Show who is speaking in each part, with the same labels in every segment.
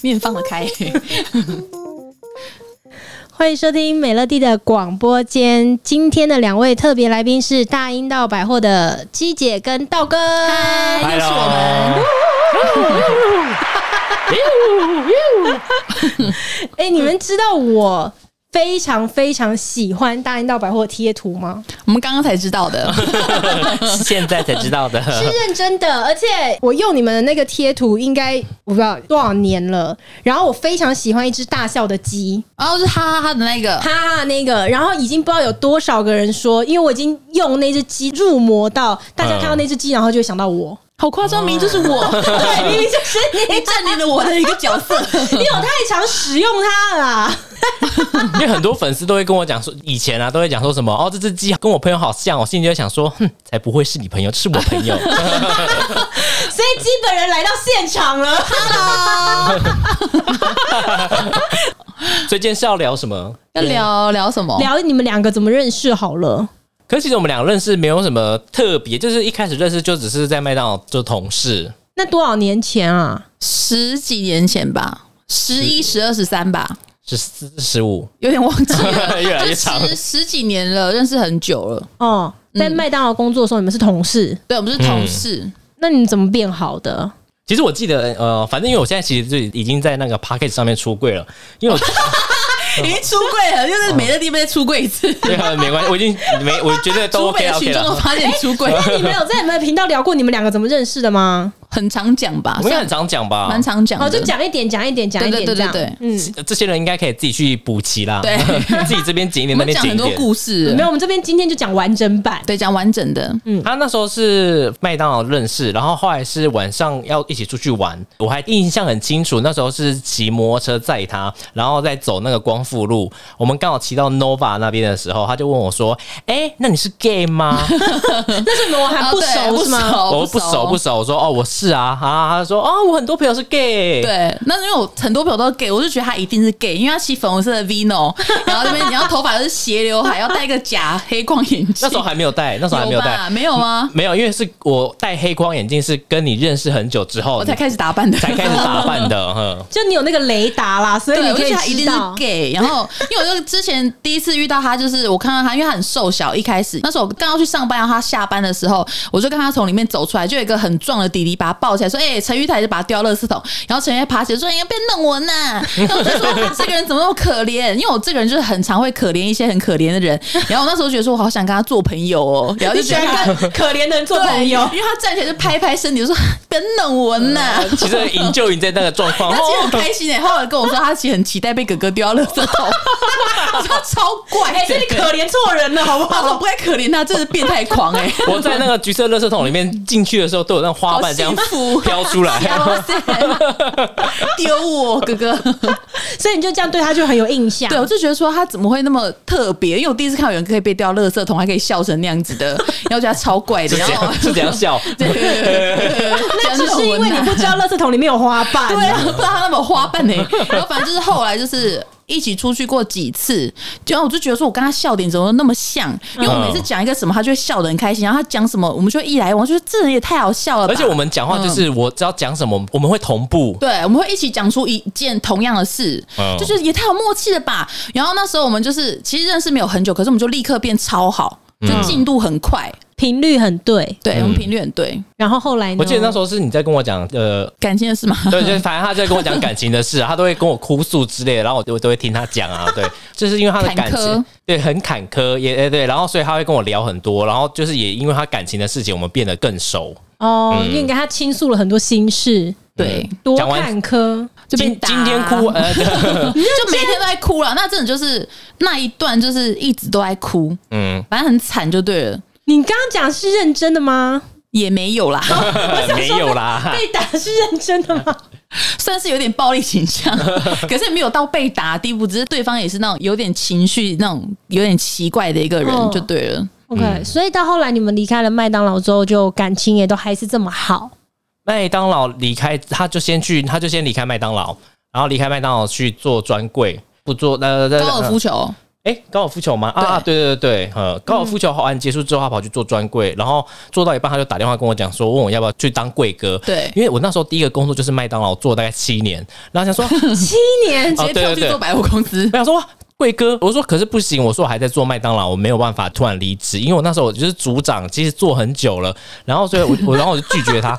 Speaker 1: 面放得开，
Speaker 2: 欢迎收听美乐蒂的广播间。今天的两位特别来宾是大英道百货的鸡姐跟道哥。
Speaker 1: 嗨哎又是我们。
Speaker 3: Hello，
Speaker 2: 哎、你们知道我非常非常喜欢大英道百货贴图吗？
Speaker 1: 我们刚刚才知道的，
Speaker 3: 现在才知道的。
Speaker 2: 是
Speaker 1: 啊
Speaker 2: 认真的，而且我用你们的那个贴图，应该我不知道多少年了。然后我非常喜欢一只大笑的鸡，
Speaker 1: 然后是哈哈哈的那个，
Speaker 2: 哈哈那个，然后已经不知道有多少个人说，因为我已经用那只鸡入魔到大家看到那只鸡，然后就会想到我。
Speaker 1: 好夸张，明明就是我，
Speaker 2: 对，明明就是你，
Speaker 1: 你哎占领了我的一个角色。
Speaker 2: 你有太常使用它了啊。
Speaker 3: 因为很多粉丝都会跟我讲说，以前啊都会讲说什么哦，这只鸡跟我朋友好像哦，我心里就想说，哼，才不会是你朋友，是我朋 友。
Speaker 2: 所以基本人来到现场 了。
Speaker 3: 所以今天是要聊什么？
Speaker 1: 要聊聊什么？
Speaker 2: 聊你们两个怎么认识好了。
Speaker 3: 可是其实我们俩认识没有什么特别，就是一开始认识就只是在麦当劳做同事，
Speaker 2: 那多少年前啊？
Speaker 1: 十几年前吧，十一、十二、十三吧，
Speaker 3: 十四十 五，
Speaker 1: 有点忘记了，
Speaker 3: 越来
Speaker 1: 就
Speaker 3: 越长。
Speaker 1: 十十几年了，认识很久了。
Speaker 2: 哦，在麦当劳工作的时候，你们是同事，
Speaker 1: 对，我们是同事，
Speaker 3: 嗯
Speaker 2: 那你们怎么变好的？
Speaker 3: 其实我记得，呃，反正因为我现在其实就已经在那个 p a c k a g e 上面出柜了，因为我
Speaker 1: 已经出柜了，就是每个地方再出柜一次。
Speaker 3: 对啊， 没关系，我已经没，我觉得都
Speaker 1: 出柜的
Speaker 3: OK OK 啊
Speaker 1: 群众都
Speaker 3: 了。
Speaker 1: 发现出 柜，
Speaker 2: 那你们有在你们的频道聊过你们两个怎么认识的吗？
Speaker 1: 很常讲吧
Speaker 3: 我，们应该很常讲啊吧，
Speaker 1: 蛮常讲的，
Speaker 2: 哦，就讲一点，讲一点，讲一点，
Speaker 1: 对对对
Speaker 2: 这样
Speaker 1: 对对
Speaker 2: 嗯。
Speaker 3: 呃这些人应该可以自己去补齐啦，
Speaker 1: 对，
Speaker 3: 自己这边紧一 点，
Speaker 1: 我们
Speaker 3: 那边
Speaker 1: 讲
Speaker 3: 紧一
Speaker 1: 很多
Speaker 3: 点。
Speaker 1: 故事
Speaker 2: 没，有，我们这边今天就讲完整版。
Speaker 1: 对，讲完整的。
Speaker 3: 他那时候是麦当劳认识，然后后来是晚上要一起出去玩，我还印象很清楚，那时候是骑摩托车载他，然后再走那个光复路，我们刚好骑到 Nova 那边的时候，他就问我说：“哎、那你是 gay 吗？”
Speaker 2: 那是你们我 哦还不
Speaker 1: 啊对
Speaker 2: 熟是吗？
Speaker 3: 我不熟不。熟，我说：“哦，我是啊。”啊，他说：“哦，我很多朋友是 gay。”
Speaker 1: 对，那因为我很多朋友都是 gay，我就觉得他一定是 gay，因为他骑粉红色的 vino，然后那边然后头发都是斜刘海，要戴一个假黑框眼镜。
Speaker 3: 那时候还没有戴，那时候还没有戴，嗯
Speaker 1: 吧？没有吗？
Speaker 3: 没有，因为是我戴黑框眼镜，是跟你认识很久之后
Speaker 1: 我才开始打扮的，
Speaker 3: 才开始打扮 的，哼，
Speaker 2: 就你有那个雷达啦，所以
Speaker 1: 对，
Speaker 2: 你
Speaker 1: 我
Speaker 2: 可
Speaker 1: 就
Speaker 2: 以
Speaker 1: 觉得他一
Speaker 2: 知
Speaker 1: 定是
Speaker 2: 道。
Speaker 1: gay。然 后，因为我就之前第一次遇到他，就是我看到他，因为他很瘦小，一开始那时候我刚要去上班，啊然后他下班的时候，我就看他从里面走出来，就有一个很壮的弟弟把他抱起来，说：“哎、陈玉台就把他丢到垃圾桶。”然后陈玉台爬起来说：“你哎要不要弄我呢？”然后我就说：“ 他这个人怎么那么可怜？”因为我这个人就是很常会可怜一些很可怜的人。然后我那时候觉得说，我好想跟他做朋友哦，然后
Speaker 2: 你
Speaker 1: 就
Speaker 2: 喜
Speaker 1: 觉得
Speaker 2: 欢
Speaker 1: 他。
Speaker 2: 跟可怜的人做
Speaker 1: 对
Speaker 2: 朋友，
Speaker 1: 因为他站起来就拍拍身体，就说：“啊别弄我 呢。”
Speaker 3: 其实营救营在那个状 况，
Speaker 1: 他其实
Speaker 3: 哦
Speaker 1: 很开心诶、欸，后来跟我说他其实很期待被哥哥丢到垃圾 桶，欸我觉得超怪的、
Speaker 2: 哎，这你可怜错人了，好不
Speaker 1: 他说
Speaker 2: 好？
Speaker 1: 不该可怜他，真是变态狂哎、欸，
Speaker 3: 我在那个橘色垃圾桶里面进去的时候，都有那花瓣这 样
Speaker 1: 好幸福
Speaker 3: 飘出 来。
Speaker 1: 哇塞，丢我哥哥，
Speaker 3: 啊
Speaker 2: 所以你就这样对他就很有印象。
Speaker 1: 对我就觉得说他怎么会那么特别？因为我第一次看到有人可以被丢到垃圾桶，还可以笑成那样子的，然后我觉得他超怪的，
Speaker 3: 是
Speaker 1: 然
Speaker 3: 这
Speaker 1: 后
Speaker 3: 样，是这样笑。
Speaker 1: 对对对对对 对，
Speaker 2: 那
Speaker 1: 那
Speaker 2: 只是因为你不知道垃圾桶里面有花瓣。
Speaker 1: 对啊，不知道他那么花瓣呢、然后反正就是后来就是一起出去过几次，然后我就觉得说我跟他笑点怎么那么像，因为我每次讲一个什么，他就会笑得很开心，然后他讲什么，我们就会一来一往，就觉得这人也太好笑了吧。
Speaker 3: 而且我们讲话就是，我只要讲什么，我们会同步。
Speaker 1: 对，我们会一起讲出一件同样的事，
Speaker 3: 嗯
Speaker 1: 就觉得也太有默契了吧。然后那时候我们就是其实认识没有很久，可是我们就立刻变超好，
Speaker 3: 嗯
Speaker 1: 就进度很快，
Speaker 2: 频率很对。
Speaker 1: 对我们频率很对。
Speaker 2: 然后后来呢？
Speaker 3: 我记得那时候是你在跟我讲， 呃，
Speaker 1: 感情的事吗？
Speaker 3: 对，就是反正他在跟我讲感情的事啊，他都会跟我哭诉之类的，然后我我都会听他讲啊， 对，就是因为他的感
Speaker 1: 坎坷
Speaker 3: 情对很坎坷，也哎对，然后所以他会跟我聊很多，然后就是也因为他感情的事情，我们变得更熟。
Speaker 2: 哦，
Speaker 3: 嗯
Speaker 2: 因为你跟他倾诉了很多心事，
Speaker 1: 对，
Speaker 2: 多
Speaker 3: 讲完
Speaker 2: 坎坷。
Speaker 1: 就被
Speaker 3: 今
Speaker 1: 打
Speaker 3: 今天哭，呃，对
Speaker 1: 就每天都在哭了。那真的就是那一段，就是一直都在哭，
Speaker 3: 嗯，
Speaker 1: 反正很惨就对了，
Speaker 2: 你刚刚讲是认真的 吗？
Speaker 1: 也没有 啦，
Speaker 3: 呃没有 啦，
Speaker 2: 被打是认真的吗？
Speaker 1: 算是有点暴力倾 向，可是没有到被打的地步，只是对方也是那种有点情绪、那种有点奇怪的一个人
Speaker 3: 哦
Speaker 2: 嗯
Speaker 1: 就对了。
Speaker 2: OK，、所以到后来你们离开了麦当劳之后，就感情也都还是这么好。
Speaker 3: 麦当劳离开，他就先去，他就先离开麦当劳，然后离开麦当劳去做专柜，不做呃
Speaker 1: 高尔夫球
Speaker 3: 哎、高尔夫球吗？啊，对对对对，呃，高
Speaker 1: 嗯
Speaker 3: 尔夫球完结束之后，他跑去做专柜，然后做到一半，他就打电话跟我讲说，问我要不要去当柜哥。
Speaker 1: 对
Speaker 3: 因为我那时候第一个工作就是麦当劳，做大概七年，然后想说，
Speaker 2: 七年
Speaker 1: 直接跳
Speaker 3: 对对
Speaker 1: 去
Speaker 3: 对
Speaker 1: 做百货公司
Speaker 3: 我。想说哇。贵哥，我说可是不行，我说我还在做麦当劳，我没有办法突然离职，因为我那时候我就是组长，其实做很久了，然后所以我我然后我就拒绝他，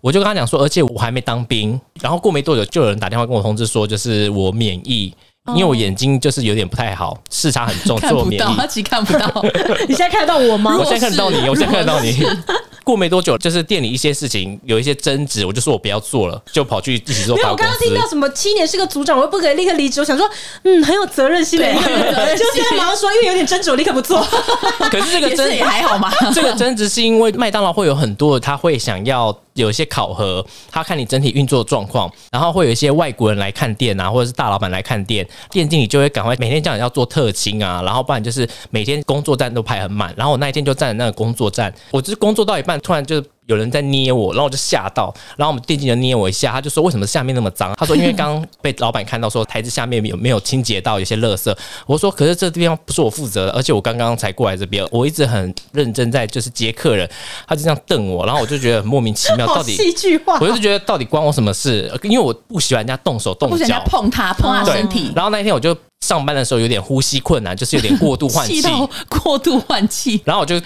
Speaker 3: 我就跟他讲说，而且我还没当兵，然后过没多久就有人打电话跟我通知说，就是我免疫，
Speaker 2: 哦
Speaker 3: 因为我眼睛就是有点不太好，视差很重，
Speaker 1: 看
Speaker 3: 做
Speaker 1: 不
Speaker 3: 免
Speaker 1: 到，
Speaker 3: 疫
Speaker 1: 他，其实看不 到。
Speaker 2: 你现在看得到我吗
Speaker 1: 如
Speaker 3: 我
Speaker 1: 果
Speaker 3: 现在看得到你，
Speaker 1: 是
Speaker 3: 我现在看得到
Speaker 1: 如
Speaker 3: 你。过没多久，就是店里一些事情有一些争执，我就说我不要做了，就跑去一起做
Speaker 2: 没有，
Speaker 3: 办
Speaker 2: 我
Speaker 3: 公
Speaker 2: 刚刚听
Speaker 3: 司
Speaker 2: 到。什么七年是个组长，我又不可以立刻离职。我想说，嗯，很有责任心的一个
Speaker 1: 对很有责
Speaker 2: 人，
Speaker 1: 任
Speaker 2: 就
Speaker 1: 心
Speaker 2: 是在忙说，因为有点争执，我立刻不做。
Speaker 3: 可是这个
Speaker 1: 也
Speaker 3: 争
Speaker 1: 是也还好 嘛。
Speaker 3: 这个争执是因为麦当劳会有很多，他会想要有一些考核，他看你整体运作状况，然后会有一些外国人来看店啊，或者是大老板来看店，店经理就会赶快每天叫你要做特勤啊，然后不然就是每天工作站都排很满，然后我那一天就站在那个工作站，我就是工作到一半，突然就是。有人在捏我，然后我就吓到，然后我们店经理就捏我一下，他就说为什么下面那么脏？他说因为刚刚被老板看到说台子下面有没有清洁到有些垃圾，我说，可是这地方不是我负责的，而且我刚刚才过来这边，我一直很认真在就是接客人，他就这样瞪我，然后我就觉得很莫名其妙，
Speaker 2: 好
Speaker 3: 到底
Speaker 1: 哦
Speaker 2: 戏剧化
Speaker 3: 我。就是觉得到底关我什么事？因为我不喜欢人家动手动
Speaker 1: 不想人家
Speaker 3: 脚，
Speaker 1: 碰他，碰他
Speaker 3: 对
Speaker 1: 身体，
Speaker 3: 然后那一天我就上班的时候有点呼吸困难，就是有点过度换气，
Speaker 1: 气到过度换气。
Speaker 3: 然后我就。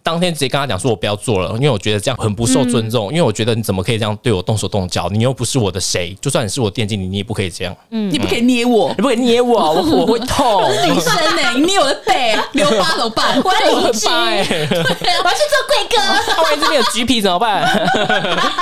Speaker 3: 当天直接跟他讲说，我不要做了，因为我觉得这样很不受尊重。因为我觉得你怎么可以这样对我动手动脚？你又不是我的谁，就算你是我店经理，你也不可以这样，
Speaker 1: 你不可以捏我，
Speaker 3: 你不可以捏 我，我我会痛。
Speaker 1: 女生呢、你捏我的 背，留疤怎么办？我要
Speaker 3: 嗯我
Speaker 1: 离
Speaker 3: 很
Speaker 1: 职，
Speaker 3: 怕欸
Speaker 1: 我要去做贵哥。
Speaker 3: 他万一这边有橘皮怎么办？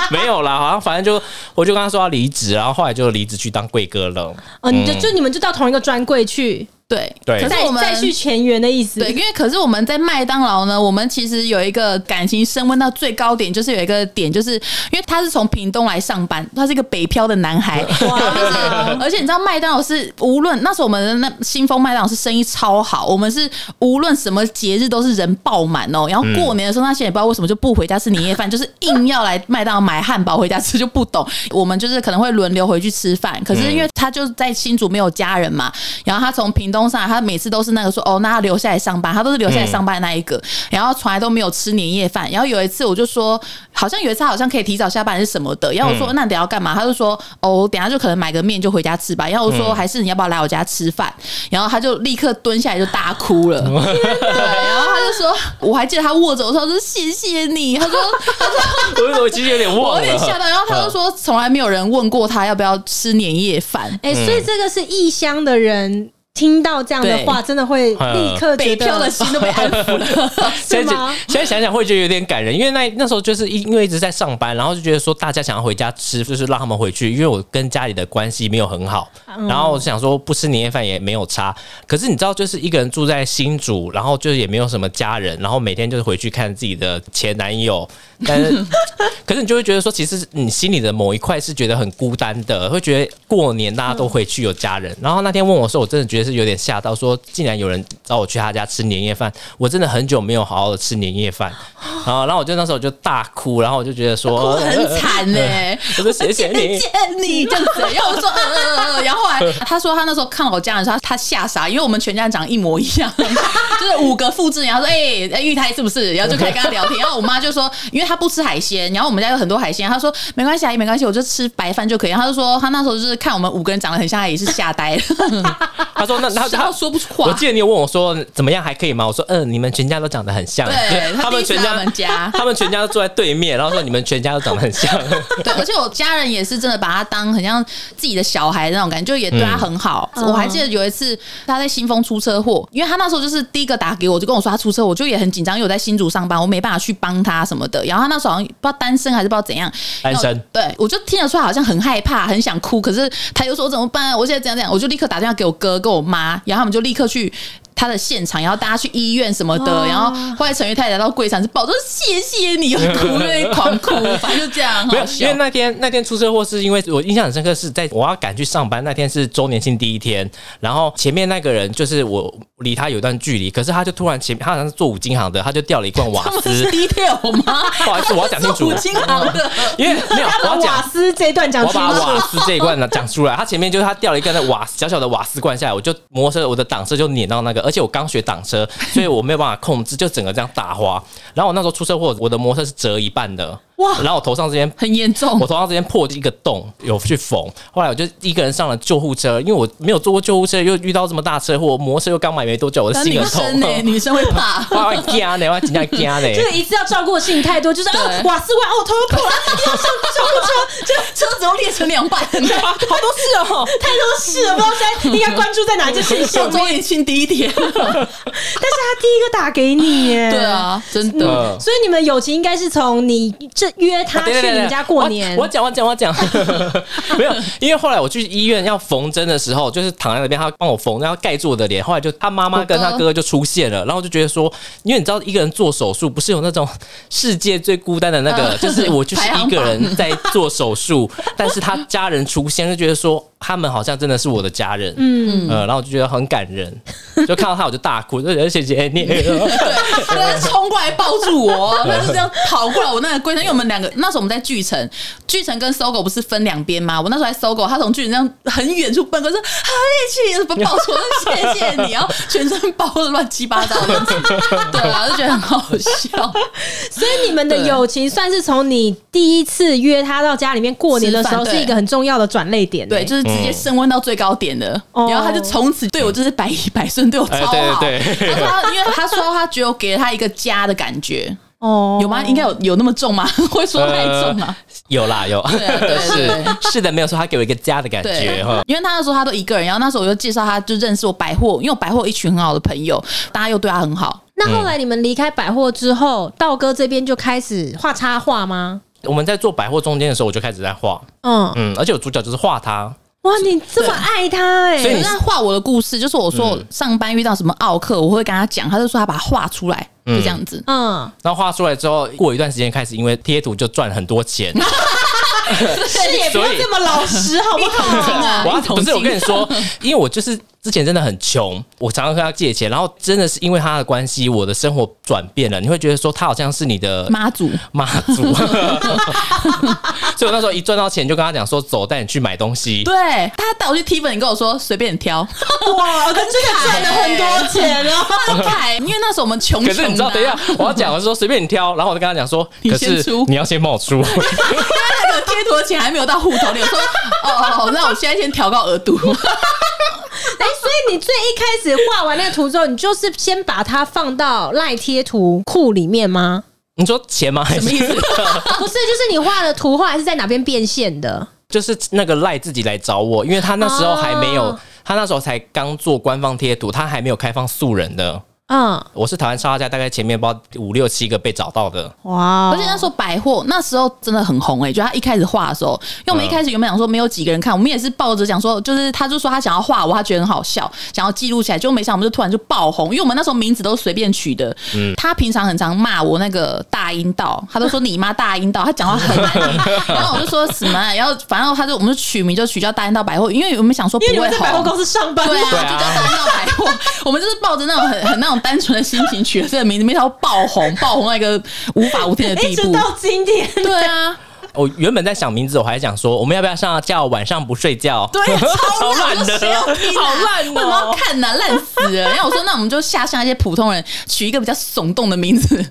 Speaker 3: 没有啦，好像反正就我就跟他说要离职，然后后来就离职去当贵哥 了。
Speaker 2: 哦，你就
Speaker 3: 嗯
Speaker 2: 就你们就到同一个专柜去，
Speaker 1: 对
Speaker 3: 对
Speaker 1: 可是
Speaker 2: 再
Speaker 1: 我们
Speaker 2: 再续前缘的意思。
Speaker 1: 对，因为可是我们在麦当劳呢，我们其实有一个感情升温到最高点，就是有一个点，就是因为他是从屏东来上班，他是一个北漂的男孩，哇，就是而且你知道麦当劳是无论那时候我们的那新丰麦当劳是生意超好，我们是无论什么节日都是人爆满哦，然后过年的时候那些人不知道为什么就不回家吃年夜饭，就是硬要来麦当劳买汉堡回家吃，就不懂，我们就是可能会轮流回去吃饭，可是因为他就在新竹没有家人嘛，然后他从屏东上来，他每次都是那个说哦，那他留下来上班，他都是留下来上班的那一个，然后从来都没有吃年夜饭。然后有一次我就说，好像有一次他好像可以提早下班还是什么的，然后我说、那你要干嘛？他就说哦，我等一下就可能买个面就回家吃吧。然后我说、还是你要不要来我家吃饭？然后他就立刻蹲下来就大哭了，对，然后他就说，我还记得他握着我手说谢谢你，他说
Speaker 3: 我我其实有点
Speaker 1: 我
Speaker 3: 忘
Speaker 1: 有点吓
Speaker 3: 了。
Speaker 1: 到，然后他就说从来没有人问过他要不要吃年夜饭。
Speaker 3: 嗯
Speaker 2: 哎、所以这个是异乡的人听到这样的话，真的会立刻 觉
Speaker 1: 北漂
Speaker 2: 得
Speaker 1: 的心都 被安抚了，
Speaker 2: 是吗？
Speaker 3: 现在想想会觉得有点感人，因为那那时候就是因为一直在上班，然后就觉得说大家想要回家吃，就是让他们回去，因为我跟家里的关系没有很好，
Speaker 2: 嗯
Speaker 3: 然后我想说不吃年夜饭也没有差。可是你知道，就是一个人住在新竹，然后就是也没有什么家人，然后每天就是回去看自己的前男友，但是 可是你就会觉得说，其实你心里的某一块是觉得很孤单的，会觉得过年大家都回去有家人。然后那天问我说，我真的觉得是有点吓到，说竟然有人找我去他家吃年夜饭，我真的很久没有好好的吃年 夜饭。然后，然后我就那时候就大哭，然后我就觉得说，
Speaker 1: 哭得 很惨 呢、
Speaker 3: 我说谢 谢你
Speaker 1: 见
Speaker 2: 哎呃
Speaker 1: 你这样子，然后我说，嗯嗯嗯嗯，然后后来他说他那时候看到我家人的时候，他他吓傻，因为我们全家人长得一模一样， 就是五个复制人，然后说，哎、哎玉台是不是？然后就哎开始跟他聊 天，然后我妈就说，因为他不吃海鲜，然后我们家有很多海鲜，他说没关系，阿姨没关系，我就吃白饭就可以。他就说他那时候就是看我们五个人长得很像，他也是吓呆 了，
Speaker 3: 他说那他
Speaker 1: 然
Speaker 3: 他
Speaker 1: 后说不出
Speaker 3: 我
Speaker 1: 话
Speaker 3: 记。得你有问我说怎么样还可以吗？我说嗯，你们全家都长得很像，
Speaker 1: 对
Speaker 3: 他
Speaker 1: 第
Speaker 3: 们
Speaker 1: 一次
Speaker 3: 全
Speaker 1: 来我
Speaker 3: 家
Speaker 1: 们家，
Speaker 3: 他们全家都坐在对面，然后说你们全家都长得 很像。
Speaker 1: 对，而且我家人也是真的把他当很像自己的小孩那种感觉，就也对他很好。
Speaker 2: 嗯
Speaker 1: 我还记得有一次他在新丰出车祸，因为他那时候就是第一个打给我，就跟我说他出车祸，我就也很紧张，因为我在新竹上班，我没办法去帮他什么的。然后他那时候好像不知道单身还是不知道怎样，
Speaker 3: 单身
Speaker 1: 然后对我就听得出来好像很害怕，很想哭，可是他又说怎么办？我现在怎样怎样，我就立刻打电话给我哥跟我妈，然后他们就立刻去。他的现场，然后大家去医院什么的
Speaker 2: 哇，
Speaker 1: 然后后来陈玉泰来到柜上是抱着谢谢你，又哭， 又在狂哭，反正就这样，很
Speaker 3: 没有
Speaker 1: 好，笑
Speaker 3: 因为那天那天出车祸是因为我印象很深刻，是在我要赶去上班那天是周年庆第一天，然后前面那个人就是我离他有一段距离，可是他就突然前他好像是做五金行的，他就掉了一罐瓦
Speaker 1: 他们
Speaker 3: 斯
Speaker 1: 是。detail 吗？
Speaker 3: 不好意思， 我要讲清楚
Speaker 1: 五，金行的，
Speaker 3: 因为没有我要
Speaker 2: 瓦
Speaker 3: 讲
Speaker 2: 斯这一段讲
Speaker 3: 我
Speaker 2: 清
Speaker 3: 把
Speaker 2: 楚，
Speaker 3: 瓦斯这一罐呢讲出来，他前面就是他掉了一个那瓦小小的瓦斯罐下来，我就摩托车我的挡车就碾到那个，而且我刚学挡车，所以我没有办法控制，就整个这样打滑。然后我那时候出车祸，我的摩托车是折一半的，
Speaker 1: 哇
Speaker 3: 然后我头上这边
Speaker 1: 很严重
Speaker 3: 我。头上这边破一个洞，有去缝。后来我就一个人上了救护车，因为我没有坐过救护车，又遇到这么大车祸，摩托车又刚买没多久，我的
Speaker 1: 但
Speaker 3: 心
Speaker 1: 女
Speaker 3: 很痛。
Speaker 1: 啊生欸呢、女生会怕。
Speaker 3: 哇， 我惊呢，我真的惊呢。
Speaker 2: 就是一次要照顾的事情太多，就是哦
Speaker 1: 对
Speaker 2: 瓦斯罐哦头破了，要上救护车，就
Speaker 1: 车子都裂成两半，
Speaker 2: 好多事 哦，太多事了，不知道现在应该关注在哪一件事
Speaker 1: 像
Speaker 2: 上面。
Speaker 1: 周年庆第一天。
Speaker 2: 但是他第一个打给你耶，
Speaker 1: 对。啊，真的。
Speaker 3: 嗯
Speaker 2: 所以你们友情应该是从你这约
Speaker 1: 啊
Speaker 2: 他去
Speaker 3: 啊对对对
Speaker 2: 你
Speaker 3: 对
Speaker 2: 们家过年
Speaker 3: 我我，讲，我讲，我讲，没有，因为后来我去医院要缝针的时候，就是躺在那边，他帮我缝，然后盖住我的脸。后来就他妈妈跟他哥哥就出现了，然后我就觉得说，因为你知道一个人做手术不是有那种世界最孤单的那
Speaker 2: 啊
Speaker 3: 个，
Speaker 1: 嗯
Speaker 3: 就是我就是一个人在做 手术，但是他家人出现，就觉得说他们好像真的是我的家人，嗯呃，然后我就觉得很感人，就看到他我就大哭，就觉得姐姐 你。
Speaker 1: 他就冲过来抱住我， 他就这样跑过来我那个柜台，因为我们两个那时候我们在巨城，巨城跟搜狗不是分两边吗？我那时候还搜狗，他从巨城这样很远处奔过来说：“啊，一起抱住我，说谢谢你。”然后全身包的乱七八糟的 样子，对啊，就觉得很好笑。
Speaker 3: 嗯
Speaker 2: 所以你们的
Speaker 1: 对
Speaker 2: 友情算是从你第一次约他到家里面过年的时候，
Speaker 1: 吃饭
Speaker 2: 是
Speaker 1: 对
Speaker 2: 一个很重要的转类点。
Speaker 1: 对，就是直接升温到最高点的，
Speaker 2: 哦
Speaker 1: 然后他就从此对我就是百依百顺，对我超好。
Speaker 3: 哎对对对
Speaker 1: 他说他，因为他说他觉得我给了他一个家的感觉，
Speaker 2: 哦
Speaker 1: 有吗？应该有有那么重吗？ 会说太重啊？
Speaker 3: 有啦有，
Speaker 1: 啊对
Speaker 3: 是是的，没有错，他给我一个家的感
Speaker 1: 对
Speaker 3: 觉哈。，
Speaker 1: 因为他那时候他都一个人，然后那时候我就介绍他，就认识我百货，因为我百货一群很好的朋友，大家又对他很好。
Speaker 2: 那后来你们离开百货之后，道哥这边就开始画插画吗？
Speaker 3: 我们在做百货中间的时候，我就开始在画，
Speaker 2: 嗯，
Speaker 3: 嗯，而且我主角就是画他，
Speaker 2: 哇，你这么爱他哎、
Speaker 3: 所以
Speaker 1: 对，
Speaker 3: 你
Speaker 1: 那画我的故事，就是我说我上班遇到什么奥克，我会跟他讲，他就说他把它画出来，就这样子。
Speaker 2: 嗯，
Speaker 3: 然后画出来之后，过一段时间开始，因为贴图就赚很多 钱。
Speaker 2: 是也不要
Speaker 3: 所以
Speaker 2: 嗯这么老实好不好？
Speaker 1: 啊
Speaker 3: 我要
Speaker 1: 一桶
Speaker 3: 不是
Speaker 1: 金
Speaker 3: 我跟你说， 因为我就是之前真的很穷，我常常跟他借钱，然后真的是因为他的关系，我的生活转变了。你会觉得说他好像是你的
Speaker 1: 妈祖，
Speaker 3: 妈祖， 所以我那时候一赚到钱就跟他讲说，走，带你去买东西。
Speaker 1: 对他带我去 Tiffany，跟我说随便你挑，
Speaker 2: 哇，跟这个赚了很多钱哦。
Speaker 1: 很凯，因为那时候我们穷
Speaker 3: 可
Speaker 1: 穷
Speaker 3: 是你知
Speaker 1: 的
Speaker 3: 道，
Speaker 1: 啊，
Speaker 3: 等 一下我要讲的是说随便你挑，然后我就跟他讲说，
Speaker 1: 你
Speaker 3: 可
Speaker 1: 先
Speaker 3: 是
Speaker 1: 出
Speaker 3: 你要先帮 我出。
Speaker 1: 那个贴图的钱还没有到户头里，我说哦哦，哦那我现在先调高额度，
Speaker 2: 哎、所以你最一开始画完那个图之后，你就是先把它放到赖贴图库里面吗？
Speaker 3: 你说钱吗？还
Speaker 1: 什么
Speaker 3: 是
Speaker 1: 意思？
Speaker 2: 不是，就是你画的图后来是在哪边变现的？
Speaker 3: 就是那个赖自己来找我，因为他那时候还没有，
Speaker 1: 啊
Speaker 2: 哦
Speaker 3: 他那时候才刚做官方贴图，他还没有开放素人的。
Speaker 2: 嗯，
Speaker 3: 我是台湾沙拉家，大概前面包五六七个被找到的，
Speaker 2: 哇哦
Speaker 1: 而且那时候百货那时候真的很红欸诶、就他一开始画的时候，因为我们一开始原本想说没有几个人看，我们也是抱着讲说，就是他就说他想要画我，他觉得很好笑，想要记录起来，就没想到我们就突然就爆红，因为我们那时候名字都是随便取的。他平常很常骂我那个大阴道，他都说你妈大阴道，他讲话很难听，然后我就说什么啊，然后反正他就我们就取名就取叫大阴道百货，因为我们想说不
Speaker 2: 因为你
Speaker 1: 会
Speaker 2: 们在百货
Speaker 1: 红。
Speaker 2: 公司上班，
Speaker 1: 对啊，
Speaker 3: 对啊
Speaker 1: 就叫大闹百货。我们就是抱着那种很很那种单纯的心情取了这个名字，没想到爆红，爆红到一个无法无天的
Speaker 2: 一
Speaker 1: 地
Speaker 2: 直
Speaker 1: 步。
Speaker 2: 到今天。
Speaker 1: 对啊，
Speaker 3: 我原本在想名字，我还想说我们要不要上叫晚上不睡觉？
Speaker 1: 对啊，超
Speaker 3: 烂的
Speaker 1: 就谁要听啊
Speaker 3: 好烂
Speaker 1: 为什
Speaker 3: 哦
Speaker 1: 么要看呢、烂死了！然后我说，那我们就下乡一些普通人，取一个比较耸动的名字。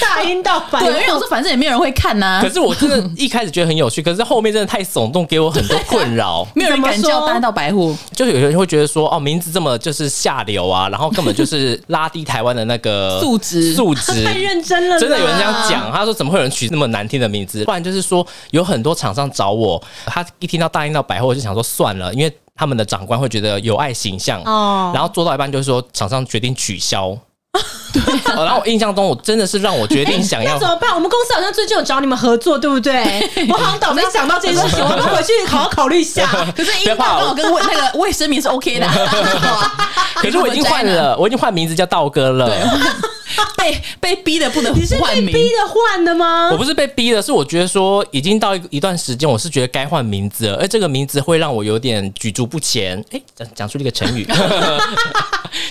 Speaker 2: 大阴道百
Speaker 1: 对，因为
Speaker 2: 货
Speaker 1: 我说反正也没有人会看呐、
Speaker 3: 可是我真的一开始觉得很有趣，可是后面真的太耸动，给我很多困扰。
Speaker 1: 没有人敢
Speaker 2: 怎么
Speaker 1: 叫
Speaker 2: 说
Speaker 1: 大到百货，
Speaker 3: 就有人会觉得说，哦，名字这么就是下流啊，然后根本就是拉低台湾的 那个
Speaker 1: 素质
Speaker 3: 素质
Speaker 2: 太认真了啦，
Speaker 3: 真的有人这样讲，他说怎么会有人取那么难听的名字？不然就是说有很多厂商找我，他一听到大英到百货，我就想说算了，因为他们的长官会觉得有碍形象，
Speaker 2: 哦
Speaker 3: 然后做到一半就是说厂商决定 取消。对、然后我印象中，我真的是让我决定 想
Speaker 2: 那
Speaker 3: 要
Speaker 2: 怎么办？我们公司好像最近有找你们合作，对不对？ 我好像倒霉想到这件事 情，我们回去好好考虑一下。
Speaker 1: 可是
Speaker 3: 别
Speaker 1: 阴
Speaker 3: 怕
Speaker 1: 道刚好
Speaker 3: 我
Speaker 1: 跟卫那个卫生棉是 OK 的啊、
Speaker 3: 可是我已经换了，我已经换名字叫道哥了。
Speaker 1: 被被逼的不能
Speaker 2: 你是
Speaker 1: 换
Speaker 2: 被
Speaker 1: 名
Speaker 2: 逼。的换的吗
Speaker 3: 我？不是被逼的，是我觉得说已经到一一段时间，我是觉得该换名字了，而这个名字会让我有点举足不前。哎、讲讲出了一个成 语。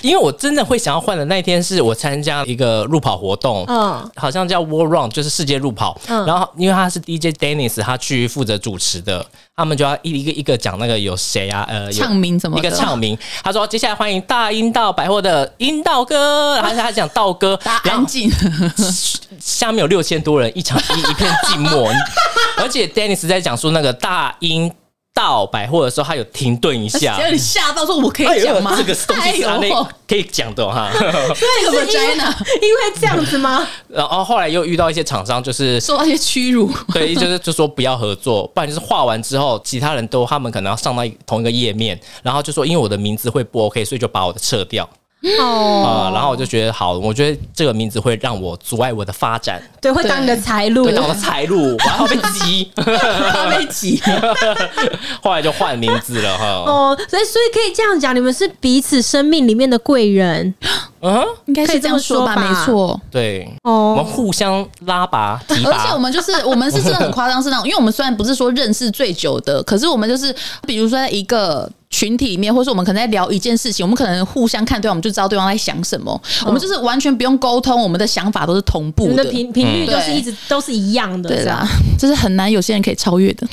Speaker 3: 因为我真的会想要换的那一天，是我参加一个路跑活动，
Speaker 2: 嗯
Speaker 3: 好像叫 World Run，就是世界路跑。
Speaker 2: 嗯
Speaker 3: 然后因为他是 DJ Dennis，他去负责主持的，他们就要一一个一个讲那个有谁啊，呃，有
Speaker 1: 唱名什么
Speaker 3: 一
Speaker 1: 的
Speaker 3: 个唱名。他说接下来欢迎大英道百货的英道哥，然后他讲道哥
Speaker 1: 大，家
Speaker 3: 然后
Speaker 1: 安静，
Speaker 3: 下面有六千多人，一场一一片静默。 而且 Dennis 在讲述那个大英道百货的时候，他有停顿一下哎
Speaker 1: 只。啊要你吓到说我可以讲吗？
Speaker 3: 这个东西是他
Speaker 1: 哎
Speaker 3: 那
Speaker 1: 呦
Speaker 3: 可以讲的哦哈。
Speaker 1: 这个 vagina
Speaker 2: 因为这样子 吗？
Speaker 3: 然后后来又遇到一些厂商，就是
Speaker 1: 受到一些屈 辱，
Speaker 3: 对，就是就说不要合作，不然就是画完之后，其他人都他们可能要上到一同一个页面，然后就说因为我的名字会不 OK，所以就把我的撤掉啊、
Speaker 2: 哦，
Speaker 3: 然后我就觉得好，我觉得这个名字会让我阻碍我的发展，
Speaker 2: 对，会当你的财路
Speaker 3: 会。挡我的财 路，我要被挤。
Speaker 1: 他被挤。
Speaker 3: 后来就换名字了哈。
Speaker 2: 哦，所以所以可以这样讲，你们是彼此生命里面的贵人
Speaker 3: 嗯哼，
Speaker 1: 应该
Speaker 2: 可以
Speaker 1: 是
Speaker 2: 这
Speaker 1: 这
Speaker 2: 么
Speaker 1: 样
Speaker 2: 说
Speaker 1: 说吧，
Speaker 2: 吧
Speaker 1: 没错。
Speaker 3: 对，我们
Speaker 2: 哦。
Speaker 3: 互相拉拔提
Speaker 1: 而且
Speaker 3: 拔
Speaker 1: 我。们 就是我们是真的很夸张，是那种，因为我们虽然不是说认识最久的，可是我们就是比如说在一个。群体里面，或是我们可能在聊一件事情，我们可能互相看对方，我们就知道对方在想什么。我们就是完全不用沟通，我们的想法都是同
Speaker 2: 你
Speaker 1: 步嗯
Speaker 2: 们
Speaker 1: 的
Speaker 2: 的。频频率
Speaker 1: 嗯
Speaker 2: 就是一直都是一样的，
Speaker 1: 对
Speaker 2: 这样
Speaker 1: 啦，这是很难有些人可以超越 的。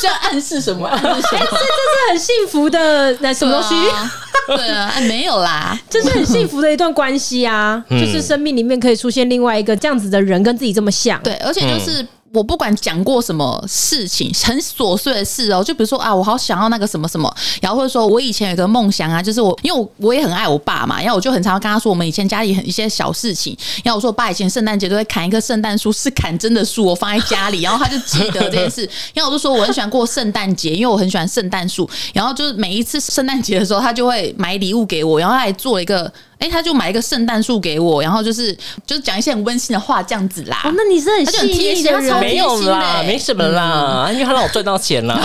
Speaker 1: 是要暗示什么？暗示什么？
Speaker 2: 这是很幸福的，那什么东西？
Speaker 1: 对 啊？对啊，哎没有啦。
Speaker 2: 这是很幸福的一段关系啊，
Speaker 1: 嗯
Speaker 2: 就是生命里面可以出现另外一个这样子的人，跟自己这么像。
Speaker 1: 对，而且就是我不管讲过什么事情，很琐碎的事哦，就比如说啊，我好想要那个什么什么，然后或者说我以前有个梦想啊，就是我因为我我也很爱我爸嘛，然后我就很常跟他说，我们以前家里很一些小事情，然后我说我爸以前圣诞节都会砍一棵圣诞树，是砍真的树，我放在家里，然后他就记得这件事，然后我就说我很喜欢过圣诞节，因为我很喜欢圣诞树，然后就是每一次圣诞节的时候，他就会买礼物给我，然后他还做了一个。哎、他就买一个圣诞树给我，然后就是就是讲一些很温馨的话，这样子啦。
Speaker 2: 哦，那你是很细
Speaker 1: 他就
Speaker 2: 腻的
Speaker 1: 很贴心嗯他
Speaker 2: 人
Speaker 1: 超。
Speaker 3: 没有啦，
Speaker 1: 嗯
Speaker 3: 没什么啦，因为他让我赚到 钱啦。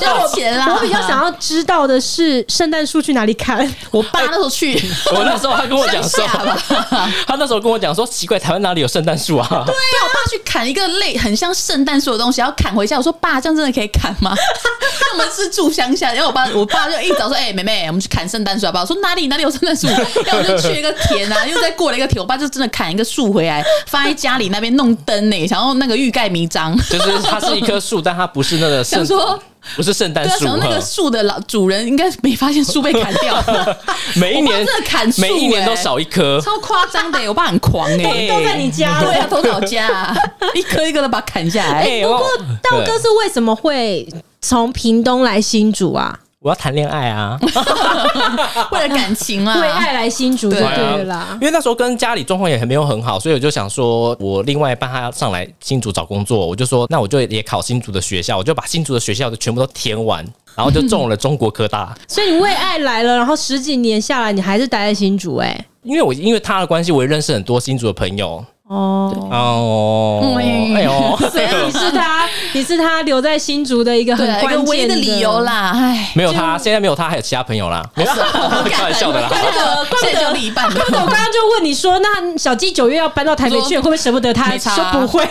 Speaker 1: 就有钱啦。
Speaker 2: 我比较想要知道的是圣诞树去哪里砍？
Speaker 1: 啊我爸那时候 去啊
Speaker 3: 我那时候他跟我讲说
Speaker 1: 乡，下吧，
Speaker 3: 他那时候跟我讲说，奇怪，台湾哪里有圣诞树啊？
Speaker 1: 对我爸去砍一个类很像圣诞树的东西，要砍回家。我说爸，这样真的可以砍 吗？因为我们是住乡下，然后我爸我爸就一早说，哎、妹妹，我们去砍圣诞树好不好？我说哪里哪里有圣诞 树？然后我就去一个田啊，又再过了一个田，我爸就真的砍一个树回来，放在家里那边弄灯呢、想要那个 欲盖弥彰。
Speaker 3: 就是它是一棵树，但它不是那个圣
Speaker 1: 想，说，
Speaker 3: 不是圣诞
Speaker 1: 对啊，
Speaker 3: 树
Speaker 1: 想说那
Speaker 3: 哈
Speaker 1: 个。树的老主人应该没发现树被砍 掉，
Speaker 3: 每一
Speaker 1: 我
Speaker 3: 年
Speaker 1: 爸真的砍树
Speaker 3: 每一年
Speaker 1: 欸
Speaker 3: 都少一棵。
Speaker 1: 超夸张的、我爸很狂哎、
Speaker 3: 对
Speaker 2: 都在你家
Speaker 1: 对啊，
Speaker 2: 了。
Speaker 1: 头脑家、啊， 一颗一颗的把它砍下来。
Speaker 3: 哎，我
Speaker 2: 道
Speaker 3: 对
Speaker 2: 哥是为什么会从屏东来新竹啊？
Speaker 3: 我要谈恋爱啊！
Speaker 1: 为了感情啊，
Speaker 2: 为爱来新竹就
Speaker 1: 对
Speaker 2: 对了啦，
Speaker 3: 啊因。为那时候跟家里状况也还没有很好，所以我就想说，我另外一半他要上来新竹找工作，我就说，那我就也考新竹的学校，我就把新竹的学校就全部都填完，然后就中了中国科大。
Speaker 2: 所以你为爱来了，然后十几年下来，你还是待在新竹哎、
Speaker 3: 因为我因为他的关系，我也认识很多新竹的朋友。
Speaker 2: 哦，
Speaker 3: 哦，
Speaker 1: 嗯
Speaker 3: 哎呦，
Speaker 2: 所以你是他，你是他留在新竹的一个很
Speaker 1: 对啊，一
Speaker 2: 关
Speaker 1: 个唯一
Speaker 2: 键
Speaker 1: 的理由。啦，唉。
Speaker 3: 没有他，现在没有他，还有其他朋友 啦，没有啦，开玩笑的啦。
Speaker 1: 怪不得，怪不得另一半，
Speaker 2: 我刚刚就问你说，那小鸡九月要搬到台北去，会不会舍不得他？
Speaker 1: 没差
Speaker 2: 说不会，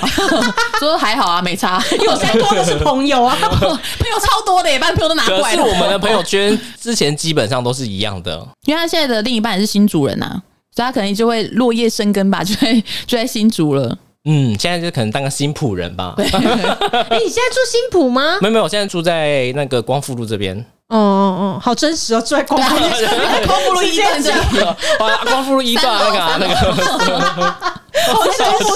Speaker 1: 说还好啊，没差，
Speaker 2: 因为我现在多的是朋友啊。
Speaker 1: 朋友超多的，把朋友都拿过
Speaker 3: 可
Speaker 1: 来
Speaker 3: 是
Speaker 1: 了。
Speaker 3: 我们的朋友圈之前基本上都是一样的，
Speaker 1: 因为他现在的另一半也是新主人啊，所以他可能就会落叶生根吧，就会 就在新竹 了。
Speaker 3: 嗯，现在就可能当个新浦人吧。
Speaker 2: 哎，你现在住新浦吗？
Speaker 3: 没有没有，我现在住在那个光复路这边，
Speaker 2: 哦哦哦，好真实哦，住在
Speaker 1: 啊
Speaker 2: 光 复。
Speaker 1: 空不如一段这里，
Speaker 3: 啊，光复路一段那个啊那个，
Speaker 1: 我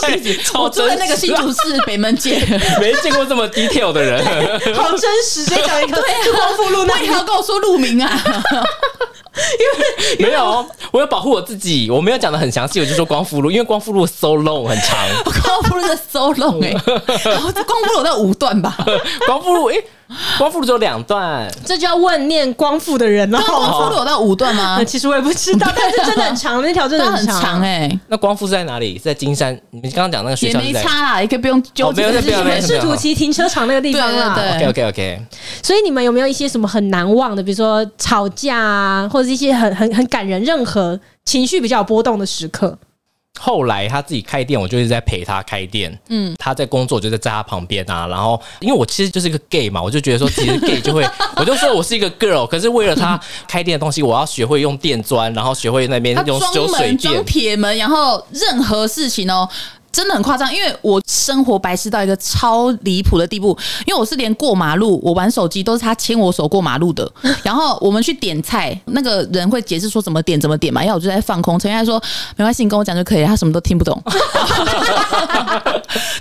Speaker 1: 在
Speaker 3: 超
Speaker 1: 我住在
Speaker 3: 真
Speaker 1: 那个
Speaker 3: 实
Speaker 1: 新
Speaker 3: 啊
Speaker 1: 竹市北门 街，
Speaker 3: 没见过这么 detail 的 人。
Speaker 2: 好真实，谁讲一个就光复路那
Speaker 1: 为
Speaker 2: 里
Speaker 1: 何？要跟我说路名啊？
Speaker 3: 没有，我要保护我自己，我没有讲的很详细，我就说光复路，因为光复路 so long 很 长，
Speaker 1: 光复路的 so long 哎，然后光复路在五段吧，
Speaker 3: 光复路诶，光复路只有两段，
Speaker 2: 这就要问念光复的人了。
Speaker 1: 光复路有到五段吗
Speaker 2: 呃？其实我也不知道，但是真的很长，那条 真的
Speaker 1: 啊那很长
Speaker 2: 长。啊
Speaker 1: 哎、
Speaker 3: 那光复是在哪里？是在金山，你们刚刚讲那个学
Speaker 1: 也
Speaker 3: 校是
Speaker 1: 没
Speaker 3: 在。
Speaker 1: 差啦，也可以不用纠结
Speaker 3: 哦没有
Speaker 1: 这
Speaker 3: 那不
Speaker 1: 件
Speaker 3: 要
Speaker 1: 事
Speaker 3: 没
Speaker 1: 情。
Speaker 3: 有
Speaker 2: 是土岐停车场那个地方啦，
Speaker 1: 对对对啊
Speaker 3: OK OK OK，
Speaker 2: 所以你们有没有一些什么很难忘的，比如说吵架啊，或者是一些很很很感人、任何情绪比较有波动的时刻？
Speaker 3: 后来他自己开店，我就一直在陪他开店。嗯，他在工作，我就在在他旁边啊。然后，因为我其实就是一个 gay 嘛，我就觉得说，其实 gay 就会， 我就说我是一个 girl，可是为了他开店的东西，我要学会用电钻，然后学会那边
Speaker 1: 他
Speaker 3: 用修
Speaker 1: 装
Speaker 3: 水
Speaker 1: 门、装
Speaker 3: 电。
Speaker 1: 铁门，然后任何事情哦。真的很夸张，因为我生活白痴到一个超离谱的地步，因为我是连过马路，我玩手机都是他牵我手过马路 的。然后我们去点菜，那个人会解释说怎么点怎么点嘛，然后我就在放空。陈燕说没关系，你跟我讲就可以了，他什么都听不懂。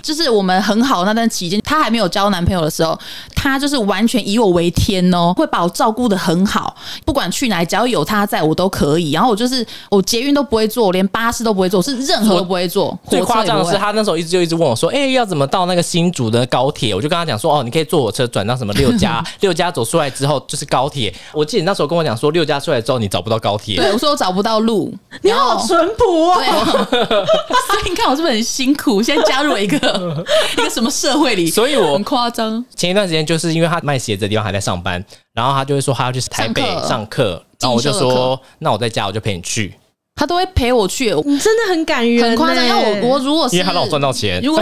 Speaker 1: 就是我们很好那段期间，她还没有交男朋友的时候，她就是完全以我为天哦，会把我照顾的很好，不管去哪里，只要有她在我都可以。然后我就是我捷运都不会坐，我连巴士都不会坐，我是任何都不会坐，火
Speaker 3: 最
Speaker 1: 车
Speaker 3: 夸
Speaker 1: 也
Speaker 3: 张
Speaker 1: 不
Speaker 3: 的是，
Speaker 1: 会。
Speaker 3: 他那时候一直就一直问我说：“哎、要怎么到那个新竹的高铁？”我就跟他讲说：“哦，你可以坐火车转到什么六 家， 六家走出来之后就是高铁。”我记得你那时候跟我讲说，六家出来之后你找不到高铁。
Speaker 1: 对，我说我找不到 路，
Speaker 2: 你
Speaker 1: 然后
Speaker 2: 好淳朴哦
Speaker 1: 对，，所以你看我是不是很辛苦？现在加入了一个 一个什么社会里，
Speaker 3: 所以我
Speaker 1: 很夸张。
Speaker 3: 前一段时间就是因为他卖鞋子的地方还在上班，然后他就会说他要去台北
Speaker 1: 上课
Speaker 3: 上课，然后我就
Speaker 1: 进修的
Speaker 3: 说那我在家我就陪你去，
Speaker 1: 他都会陪我去，
Speaker 2: 你真的很感人，欸
Speaker 1: 很夸张。因为我我如果是
Speaker 3: 因为他让我赚到钱。
Speaker 1: 如果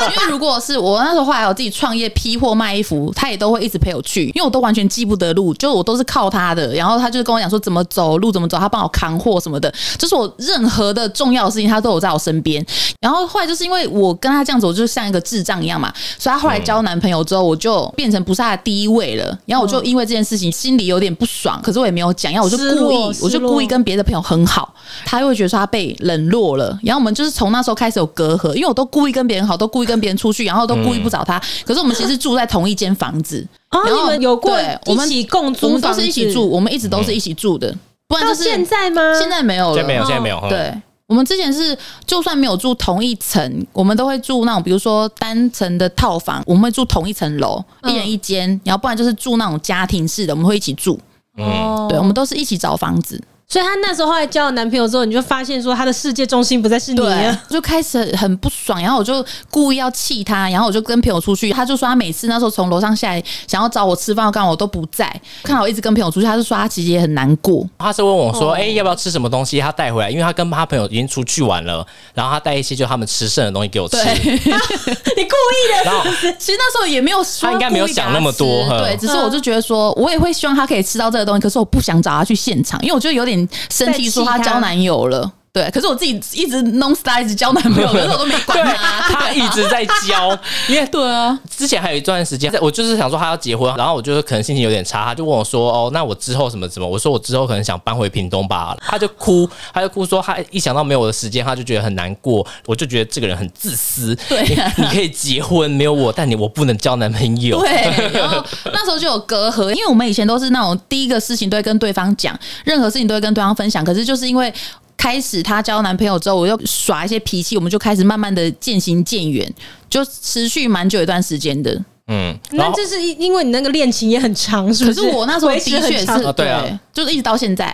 Speaker 1: 因为如果是我那时候后来我自己创业批货卖衣服，他也都会一直陪我去，因为我都完全记不得路，就我都是靠他的。然后他就跟我讲说怎么走路怎么走，他帮我扛货什么的，就是我任何的重要的事情他都有在我身边。然后后来就是因为我跟他这样子，我就像一个智障一样嘛，所以他后来交男朋友之后，我就变成不是他的第一位了。然后我就因为这件事情心里有点不爽，可是我也没有讲，然后我就
Speaker 2: 失
Speaker 1: 故
Speaker 2: 落
Speaker 1: 意，我就
Speaker 2: 失落
Speaker 1: 故意跟别的朋友很好，他又会觉得说他被冷落了。然后我们就是从那时候开始有隔阂，因为我都故意跟别人好，都故意跟别人出去，然后都故意不找他。可是我们其实住在同一间房子，
Speaker 2: 啊，
Speaker 1: 然
Speaker 2: 你
Speaker 1: 后
Speaker 2: 们有过
Speaker 1: 对我
Speaker 2: 一
Speaker 1: 们
Speaker 2: 起共
Speaker 1: 我
Speaker 2: 租
Speaker 1: 们都
Speaker 2: 房子，
Speaker 1: 是一起住，我们一直都是一起住的，不然
Speaker 2: 到
Speaker 1: 就是
Speaker 2: 现在吗？
Speaker 1: 嗯现在没有了，
Speaker 3: 现在没有，
Speaker 2: 哦
Speaker 3: 现在没有。嗯，
Speaker 1: 对。我们之前是，就算没有住同一层，我们都会住那种，比如说单层的套房，我们会住同一层楼，
Speaker 2: 嗯
Speaker 1: 一人一间，然后不然就是住那种家庭式的，我们会一起住。
Speaker 3: 嗯，
Speaker 2: 哦
Speaker 1: 对，我们都是一起找房子。
Speaker 2: 所以她那时候后来交了男朋友之后，你就发现说她的世界中心不再是你啊
Speaker 1: 对
Speaker 2: 了。，
Speaker 1: 就开始很不爽，然后我就故意要气他，然后我就跟朋友出去，他就说他每次那时候从楼上下来想要找我吃饭，干嘛我都不在，看到我一直跟朋友出去，他就说他其实也很难过，
Speaker 3: 他是问我
Speaker 1: 哦
Speaker 3: 说：“哎、要不要吃什么东西？”他带回来，因为他跟他朋友已经出去玩了，然后他带一些就他们吃剩的东西给我吃。
Speaker 1: 对，
Speaker 2: 你故意的，
Speaker 3: 然后
Speaker 1: 其实那时候也没有说
Speaker 3: 他应该没有
Speaker 1: 故意给
Speaker 3: 想那么多
Speaker 1: 吃
Speaker 3: 呵
Speaker 1: 对，只是我就觉得说，我也会希望他可以吃到这个东西，可是我不想找他去现场，因为我就有点生气，说他交男友了。对，可是我自己一直 non stop 一直交男朋友，可是我都没管
Speaker 3: 对
Speaker 1: 他。
Speaker 3: 他一直在教，因为
Speaker 1: 对啊，
Speaker 3: 之前还有一段时间，我就是想说他要结婚，然后我就是可能心情有点差，他就问我说：“哦，那我之后什么什么？”我说：“我之后可能想搬回屏东吧。”他就哭，他就哭说他一想到没有我的时间，他就觉得很难过。我就觉得这个人很自私。
Speaker 1: 对啊
Speaker 3: 你，你可以结婚没有我，但你我不能交男朋友。
Speaker 1: 对，然后那时候就有隔阂，因为我们以前都是那种第一个事情都会跟对方讲，任何事情都会跟对方分享，可是就是因为。开始她交男朋友之后，我又耍一些脾气，我们就开始慢慢的渐行渐远，就持续蛮久一段时间的。
Speaker 3: 嗯，然
Speaker 2: 那
Speaker 3: 后
Speaker 2: 这是因因为你那个恋情也很长，是不
Speaker 1: 可
Speaker 2: 是？
Speaker 1: 是我那时候的
Speaker 2: 维持
Speaker 1: 确
Speaker 2: 很
Speaker 1: 是
Speaker 2: 长
Speaker 3: 啊对啊
Speaker 1: 就是一直到现在，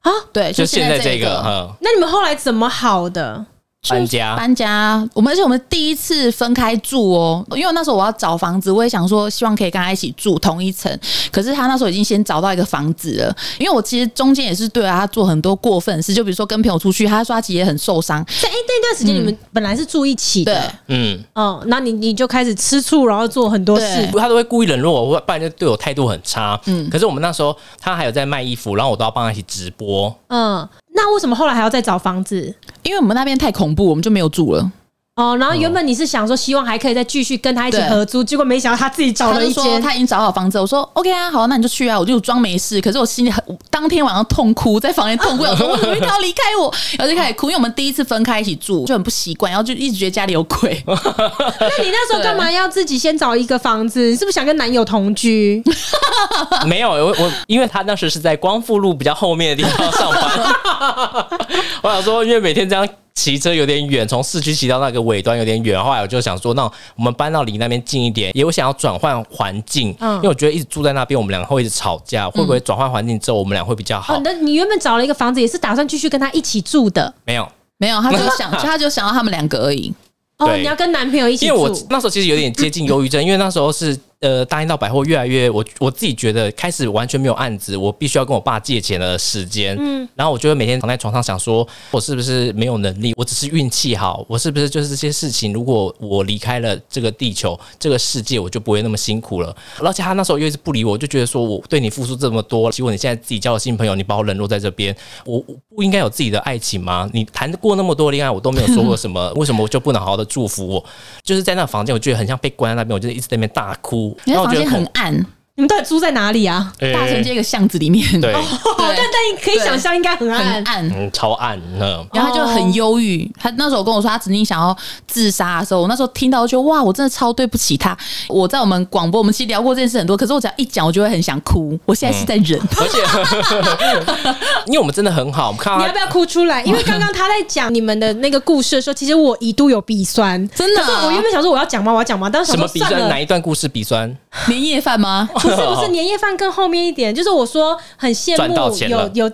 Speaker 2: 啊。
Speaker 1: 对，
Speaker 3: 就现
Speaker 1: 现
Speaker 3: 在
Speaker 1: 这
Speaker 3: 这个，嗯。
Speaker 2: 那你们后来怎么好的？
Speaker 1: 就是
Speaker 3: 搬家
Speaker 1: 搬家，我们而且我们第一次分开住哦，因为那时候我要找房子，我也想说希望可以跟他一起住同一层，可是他那时候已经先找到一个房子了，因为我其实中间也是对啊他做很多过分的事，就比如说跟朋友出去，他说他其实也很受伤，
Speaker 2: 在哎、那段时间你们本来是住一起
Speaker 1: 对
Speaker 2: 的，
Speaker 3: 嗯，
Speaker 2: 哦，那你你就开始吃醋，然后做很多事
Speaker 1: 对，
Speaker 3: 他都会故意冷落我，不然就对我态度很差。嗯，可是我们那时候他还有在卖衣服，然后我都要帮他一起直播。
Speaker 2: 嗯，那为什么后来还要再找房子？
Speaker 1: 因为我们那边太恐怖，我们就没有住了。
Speaker 2: 哦，然后原本你是想说希望还可以再继续跟他一起
Speaker 1: 对
Speaker 2: 合租，结果没想到他自 己找
Speaker 3: 哦
Speaker 1: 他
Speaker 2: 了
Speaker 1: 就
Speaker 2: 一
Speaker 1: 说
Speaker 2: 间，
Speaker 1: 他已经找好房子了，我说 OK 啊，好啊，那你就去啊，我就装没事。可是我心里很，当天晚上痛哭，在房间 痛哭，我说为什么一定要离开我？然后就开始哭，因为我们第一次分开一起住，就很不习惯，然后就一直觉得家里有 鬼。
Speaker 2: 那你那时候干嘛要自己先找一个房子？你是不是想跟男友同居？
Speaker 3: 没有，我我因为他当时是在光复路比较后面的地方上班， 我想说，因为每天这样骑车有点远，从市区骑到那个尾端有点远，后来我就想说，那我们搬到离那边近一点，也有想要转换环境，
Speaker 2: 嗯
Speaker 3: 因为我觉得一直住在那边，我们两个会一直吵架，会不会转换环境之后我们俩会比较好？
Speaker 2: 哦，那你原本找了一个房子，也是打算继续跟他一起住的。
Speaker 3: 没有。
Speaker 1: 没有，他就 想，就他就想要他们两个而已。
Speaker 2: 哦，
Speaker 3: 对
Speaker 2: 你要跟男朋友一起
Speaker 3: 因为
Speaker 2: 住，
Speaker 3: 我那时候其实有点接近忧郁症，因为那时候是 呃，大英道百货越来越，我我自己觉得开始完全没有案子，我必须要跟我爸借钱的时间。嗯，然后我就会每天躺在床上想说，我是不是没有能力？我只是运气好，我是不是就是这些事情？如果我离开了这个地球、这个世界，我就不会那么辛苦了。而且他那时候又一直不理我，我就觉得说我对你付出这么多，结果你现在自己交了新朋友，你把我冷落在这边，我我不应该有自己的爱情吗？你谈过那么多恋爱，我都没有说过什么，为 什么我就不能好好的祝福我？就是在那个房间，我觉得很像被关在那边，我就一直在那边大哭。
Speaker 1: 你
Speaker 3: 然
Speaker 1: 的
Speaker 3: 后我
Speaker 1: 房
Speaker 3: 觉
Speaker 1: 间
Speaker 3: 得
Speaker 1: 很
Speaker 3: 恐
Speaker 1: 暗，
Speaker 2: 你们到底住在哪里啊？
Speaker 3: 呃
Speaker 1: 大千街一个巷子里面，
Speaker 3: 对，
Speaker 2: 哦但但你可以想象，应该很
Speaker 1: 很
Speaker 2: 暗。
Speaker 1: 暗。
Speaker 3: 嗯，超暗嗯。
Speaker 1: 然后他就很忧郁，他那时候跟我说他曾经想要自杀的时候，我那时候听到就觉得哇，我真的超对不起他。我在我们广播，我们其实聊过这件事很多，可是我只要一讲，我就会很想哭。我现在是在 忍，
Speaker 3: 而且，因为我们真的很好，我们看
Speaker 2: 你
Speaker 3: 到
Speaker 2: 要
Speaker 3: 他
Speaker 2: 不要哭出来？因为刚刚他在讲你们的那个故事的时候，其实我一度有鼻酸，
Speaker 1: 真的
Speaker 2: 可是我原本想说我要讲吗？我要讲吗？但是
Speaker 3: 啊什
Speaker 2: 想
Speaker 3: 么
Speaker 2: 说
Speaker 3: 鼻
Speaker 2: 算
Speaker 3: 酸，
Speaker 2: 了
Speaker 3: 哪，一段故事鼻酸？
Speaker 1: 年夜饭吗？
Speaker 2: 不是不是年夜饭更后面一点，就是我说很羡
Speaker 3: 赚到
Speaker 2: 慕
Speaker 3: 钱
Speaker 2: 有
Speaker 3: 了
Speaker 2: 有，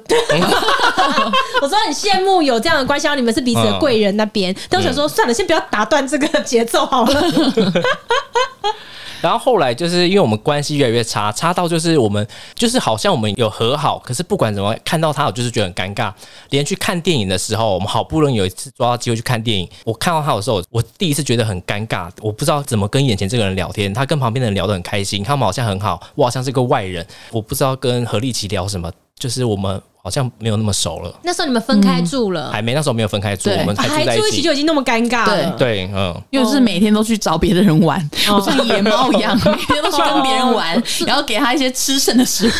Speaker 2: 我说很羡慕有这样的关系，然后你们是彼此的贵人那
Speaker 3: 嗯
Speaker 2: 边。但我想说算了，先不要打断这个节奏好了。
Speaker 3: 然后后来就是因为我们关系越来越差，差到就是我们就是好像我们有和好，可是不管怎么看到他，我就是觉得很尴尬。连去看电影的时候，我们好不容易有一次抓到机会去看电影，我看到他的时候，我第一次觉得很尴尬，我不知道怎么跟眼前这个人聊天。他跟旁边的人聊得很开心，他们好像很好，我好像是个外人，我不知道跟何立奇聊什么，就是我们好像没有那么熟了，
Speaker 2: 那时候你们分开住了，
Speaker 3: 还没那时候没有分开住，
Speaker 1: 对
Speaker 3: 我们才
Speaker 2: 嗯还
Speaker 3: 住在
Speaker 2: 住一
Speaker 3: 一
Speaker 2: 起
Speaker 3: 起。
Speaker 2: 就已经那么尴尬了。
Speaker 3: 对，嗯，
Speaker 1: 又是每天都去找别的人玩，
Speaker 2: 哦
Speaker 1: 我像野猫一样，每天都去跟别人玩，然后给他一些吃剩的食物。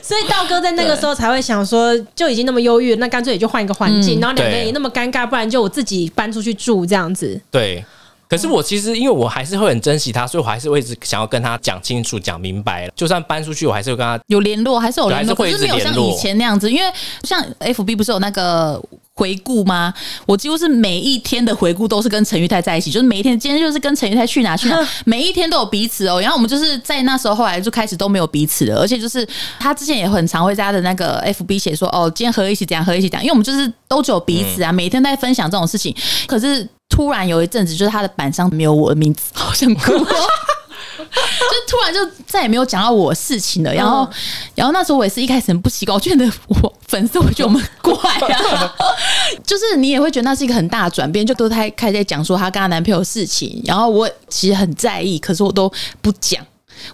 Speaker 2: 所以道哥在那个时候才会想说，就已经那么忧郁，那干脆也就换一个环
Speaker 1: 嗯
Speaker 2: 境，然后两个人
Speaker 3: 对
Speaker 2: 也那么尴尬，不然就我自己搬出去住这样子。
Speaker 3: 对。可是我其实，因为我还是会很珍惜他，所以我还是会一直想要跟他讲清楚、讲明白。就算搬出去，我还是会跟他。
Speaker 1: 有联络还是有联络，
Speaker 3: 对
Speaker 1: 可
Speaker 3: 还是会
Speaker 1: 是没有
Speaker 3: 一直联
Speaker 1: 像
Speaker 3: 络
Speaker 1: 以前那样子，因为像 F B 不是有那个。回顾吗？我几乎是每一天的回顾都是跟陈玉泰在一起，就是每一天，今天就是跟陈玉泰去哪去哪，每一天都有彼此哦。然后我们就是在那时候，后来就开始都没有彼此了，而且就是他之前也很常会在他的那个 F B 写说，哦，今天合一起怎样，合一起怎样，因为我们就是都只有彼此
Speaker 3: 嗯
Speaker 1: 啊，每天在分享这种事情。可是突然有一阵子，就是他的板上没有我的名字，好想哭、哦。就突然就再也没有讲到我的事情了。然后，然后那时候我也是一开始很不习惯，我觉得我粉丝会觉得我们怪啊，就是你也会觉得那是一个很大的转变，就都开开始在讲说她跟她男朋友的事情，然后我其实很在意，可是我都不讲。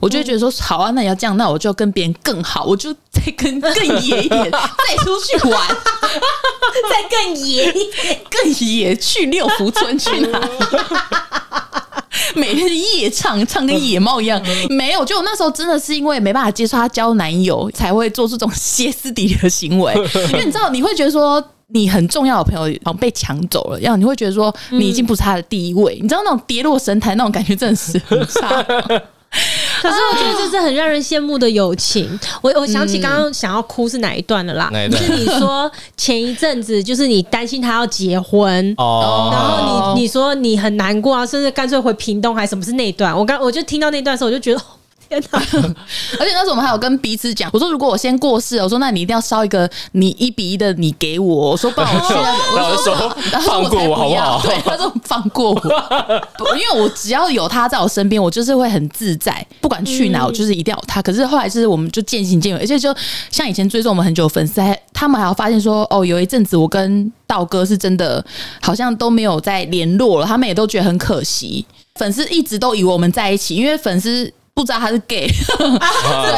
Speaker 1: 我就会觉得说，好啊，那你要这样，那我就跟别人更好，我就再跟更野一点，再出去玩，
Speaker 2: 再更野一点，
Speaker 1: 更野去六福村去哪？每天是夜唱，唱跟野猫一样。没有，就我那时候真的是因为没办法接受她交男友，才会做出这种歇斯底里的行为。因为你知道，你会觉得说。你很重要的朋友好像被抢走了，然后你会觉得说你已经不是他的第一位，你知道那种跌落神坛那种感觉真的是很差。
Speaker 2: 可是我觉得这是很让人羡慕的友情。我我想起刚刚想要哭是哪一段了啦？
Speaker 3: 哪一
Speaker 2: 就
Speaker 3: 段
Speaker 2: 是你说前一阵子，就是你担心他要结婚。
Speaker 3: 哦，
Speaker 2: 然
Speaker 1: 哦
Speaker 2: 后你你说你很难过啊，甚至干脆回屏东还是什么是那一段？我刚我就听到那段的时候，我就觉得哦天哪，
Speaker 1: 而且那时候我们还有跟彼此讲，我说如果我先过世了，我说那你一定要烧一个你一比一的你给我，我说不然我去 那里，
Speaker 3: 然后
Speaker 1: 我
Speaker 3: 说
Speaker 1: 不然
Speaker 3: 放过我
Speaker 1: 才不要
Speaker 3: 好不好
Speaker 1: 对，他说放过我，不因为我只要有他在我身边，我就是会很自在，不管去哪，我就是一定要有他。可是后来就是我们就渐行渐远，而且就像以前追踪我们很久的粉丝，还他们还有发现说，哦，有一阵子我跟道哥是真的好像都没有再联络了，他们也都觉得很可惜。粉丝一直都以为我们在一起，因为粉丝不知道他是 gay，对，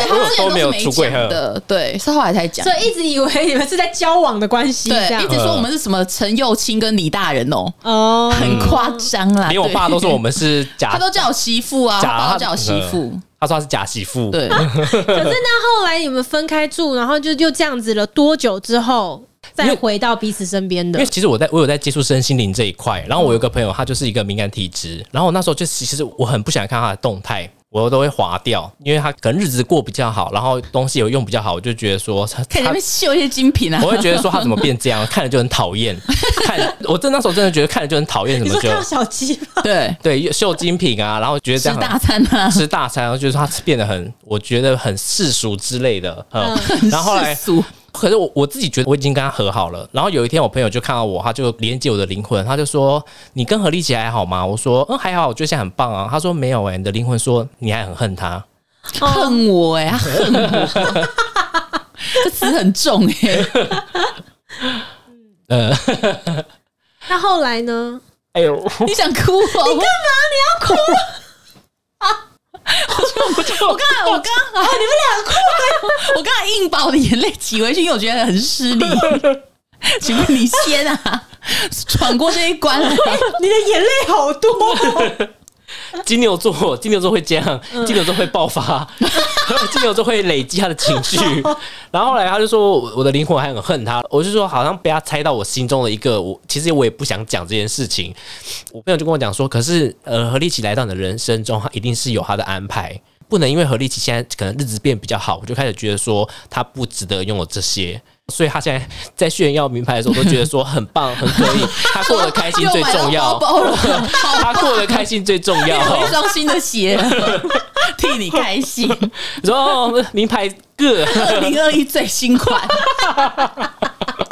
Speaker 1: 他之前
Speaker 3: 啊都
Speaker 1: 都
Speaker 3: 没
Speaker 1: 是
Speaker 3: 有
Speaker 1: 没
Speaker 3: 出柜
Speaker 1: 讲
Speaker 3: 呵，
Speaker 1: 的，对，是后来才讲
Speaker 2: 所。以一直以为你们是在交往的关系，这
Speaker 1: 对，
Speaker 2: 样
Speaker 1: 一直
Speaker 3: 嗯
Speaker 1: 说我们是什么陈幼卿跟李大人哦，
Speaker 2: 哦，
Speaker 1: 很夸张啦。
Speaker 3: 嗯连我
Speaker 1: 对
Speaker 3: 爸都说我，们是
Speaker 1: 他
Speaker 3: 假，
Speaker 1: 都叫我媳妇啊，
Speaker 3: 假
Speaker 1: 他爸都叫我媳妇。
Speaker 3: 他说他是假媳妇。
Speaker 1: 对，
Speaker 2: 可是那后来你们分开住，然后就就这样子了，多久之后
Speaker 3: 因
Speaker 2: 再
Speaker 3: 为
Speaker 2: 回到彼此身边
Speaker 3: 因
Speaker 2: 的
Speaker 3: 为？其实我在我有在接触身心灵这一块，然后我有个朋友，他就是一个敏感体质，然后我那时候就其实我很不想看他的动态，我都会划掉，因为他可能日子过比较好，然后东西有用比较好，我就觉得说他
Speaker 1: 看你
Speaker 3: 他
Speaker 1: 们秀一些精品啊
Speaker 3: 我， 会觉得说他怎么变这样，看了就很讨厌。看，我真那时候真的觉得看了就很讨厌，
Speaker 2: 你
Speaker 3: 怎
Speaker 2: 说
Speaker 3: 么就
Speaker 2: 看到小鸡吗？
Speaker 1: 对，
Speaker 3: 对秀精品啊，然后觉得 这
Speaker 1: 吃
Speaker 3: 样
Speaker 1: 大
Speaker 3: 很
Speaker 1: 餐啊，
Speaker 3: 吃 大餐，然后就是他变得很，我觉得很世俗之类的。嗯，然后后来
Speaker 1: 世俗
Speaker 3: 可是我我自己觉得我已经跟他和好了。然后有一天我朋友就看到我，他就连接我的灵魂，他就说：“你跟何丽姐还好吗？”我说：“嗯，还好，我觉得现在很棒啊。”他说：“没有哎、你的灵魂说你还很恨他。”
Speaker 2: 哦
Speaker 1: 恨我哎、他恨我，这词很重哎、
Speaker 3: 呃，
Speaker 2: 那后来呢？
Speaker 3: 哎呦，
Speaker 1: 你想哭哦、你干嘛？你要哭？我刚才，我刚才，你们俩哭， 我刚才硬把我的眼泪挤回去，因为我觉得很失礼。请问你先啊，闯过这一关了。
Speaker 2: 你的眼泪好多、
Speaker 3: 啊金牛座，金牛座会这样，金牛座会爆发， 金牛座会累积他的情绪。 然后后来他就说，我我的灵魂还很恨他。我就说，好像被他猜到我心中的一个，我其实我也不想讲这件事情。我朋友就跟我讲说，可是呃，何立奇来到你的人生中，他一定是有他的安排，不能因为何立奇现在可能日子变比较好，我就开始觉得说他不值得拥有这些。所以他现在在炫耀名牌的时候，都觉得说很棒，很可以，他过得开心 最重要。
Speaker 1: 又买到包包了，
Speaker 3: 他过得开心最重
Speaker 1: 又有一
Speaker 3: 要。
Speaker 1: 双新的鞋了，替你开心。
Speaker 3: 你说哦名牌个，
Speaker 1: 二零二一最新款。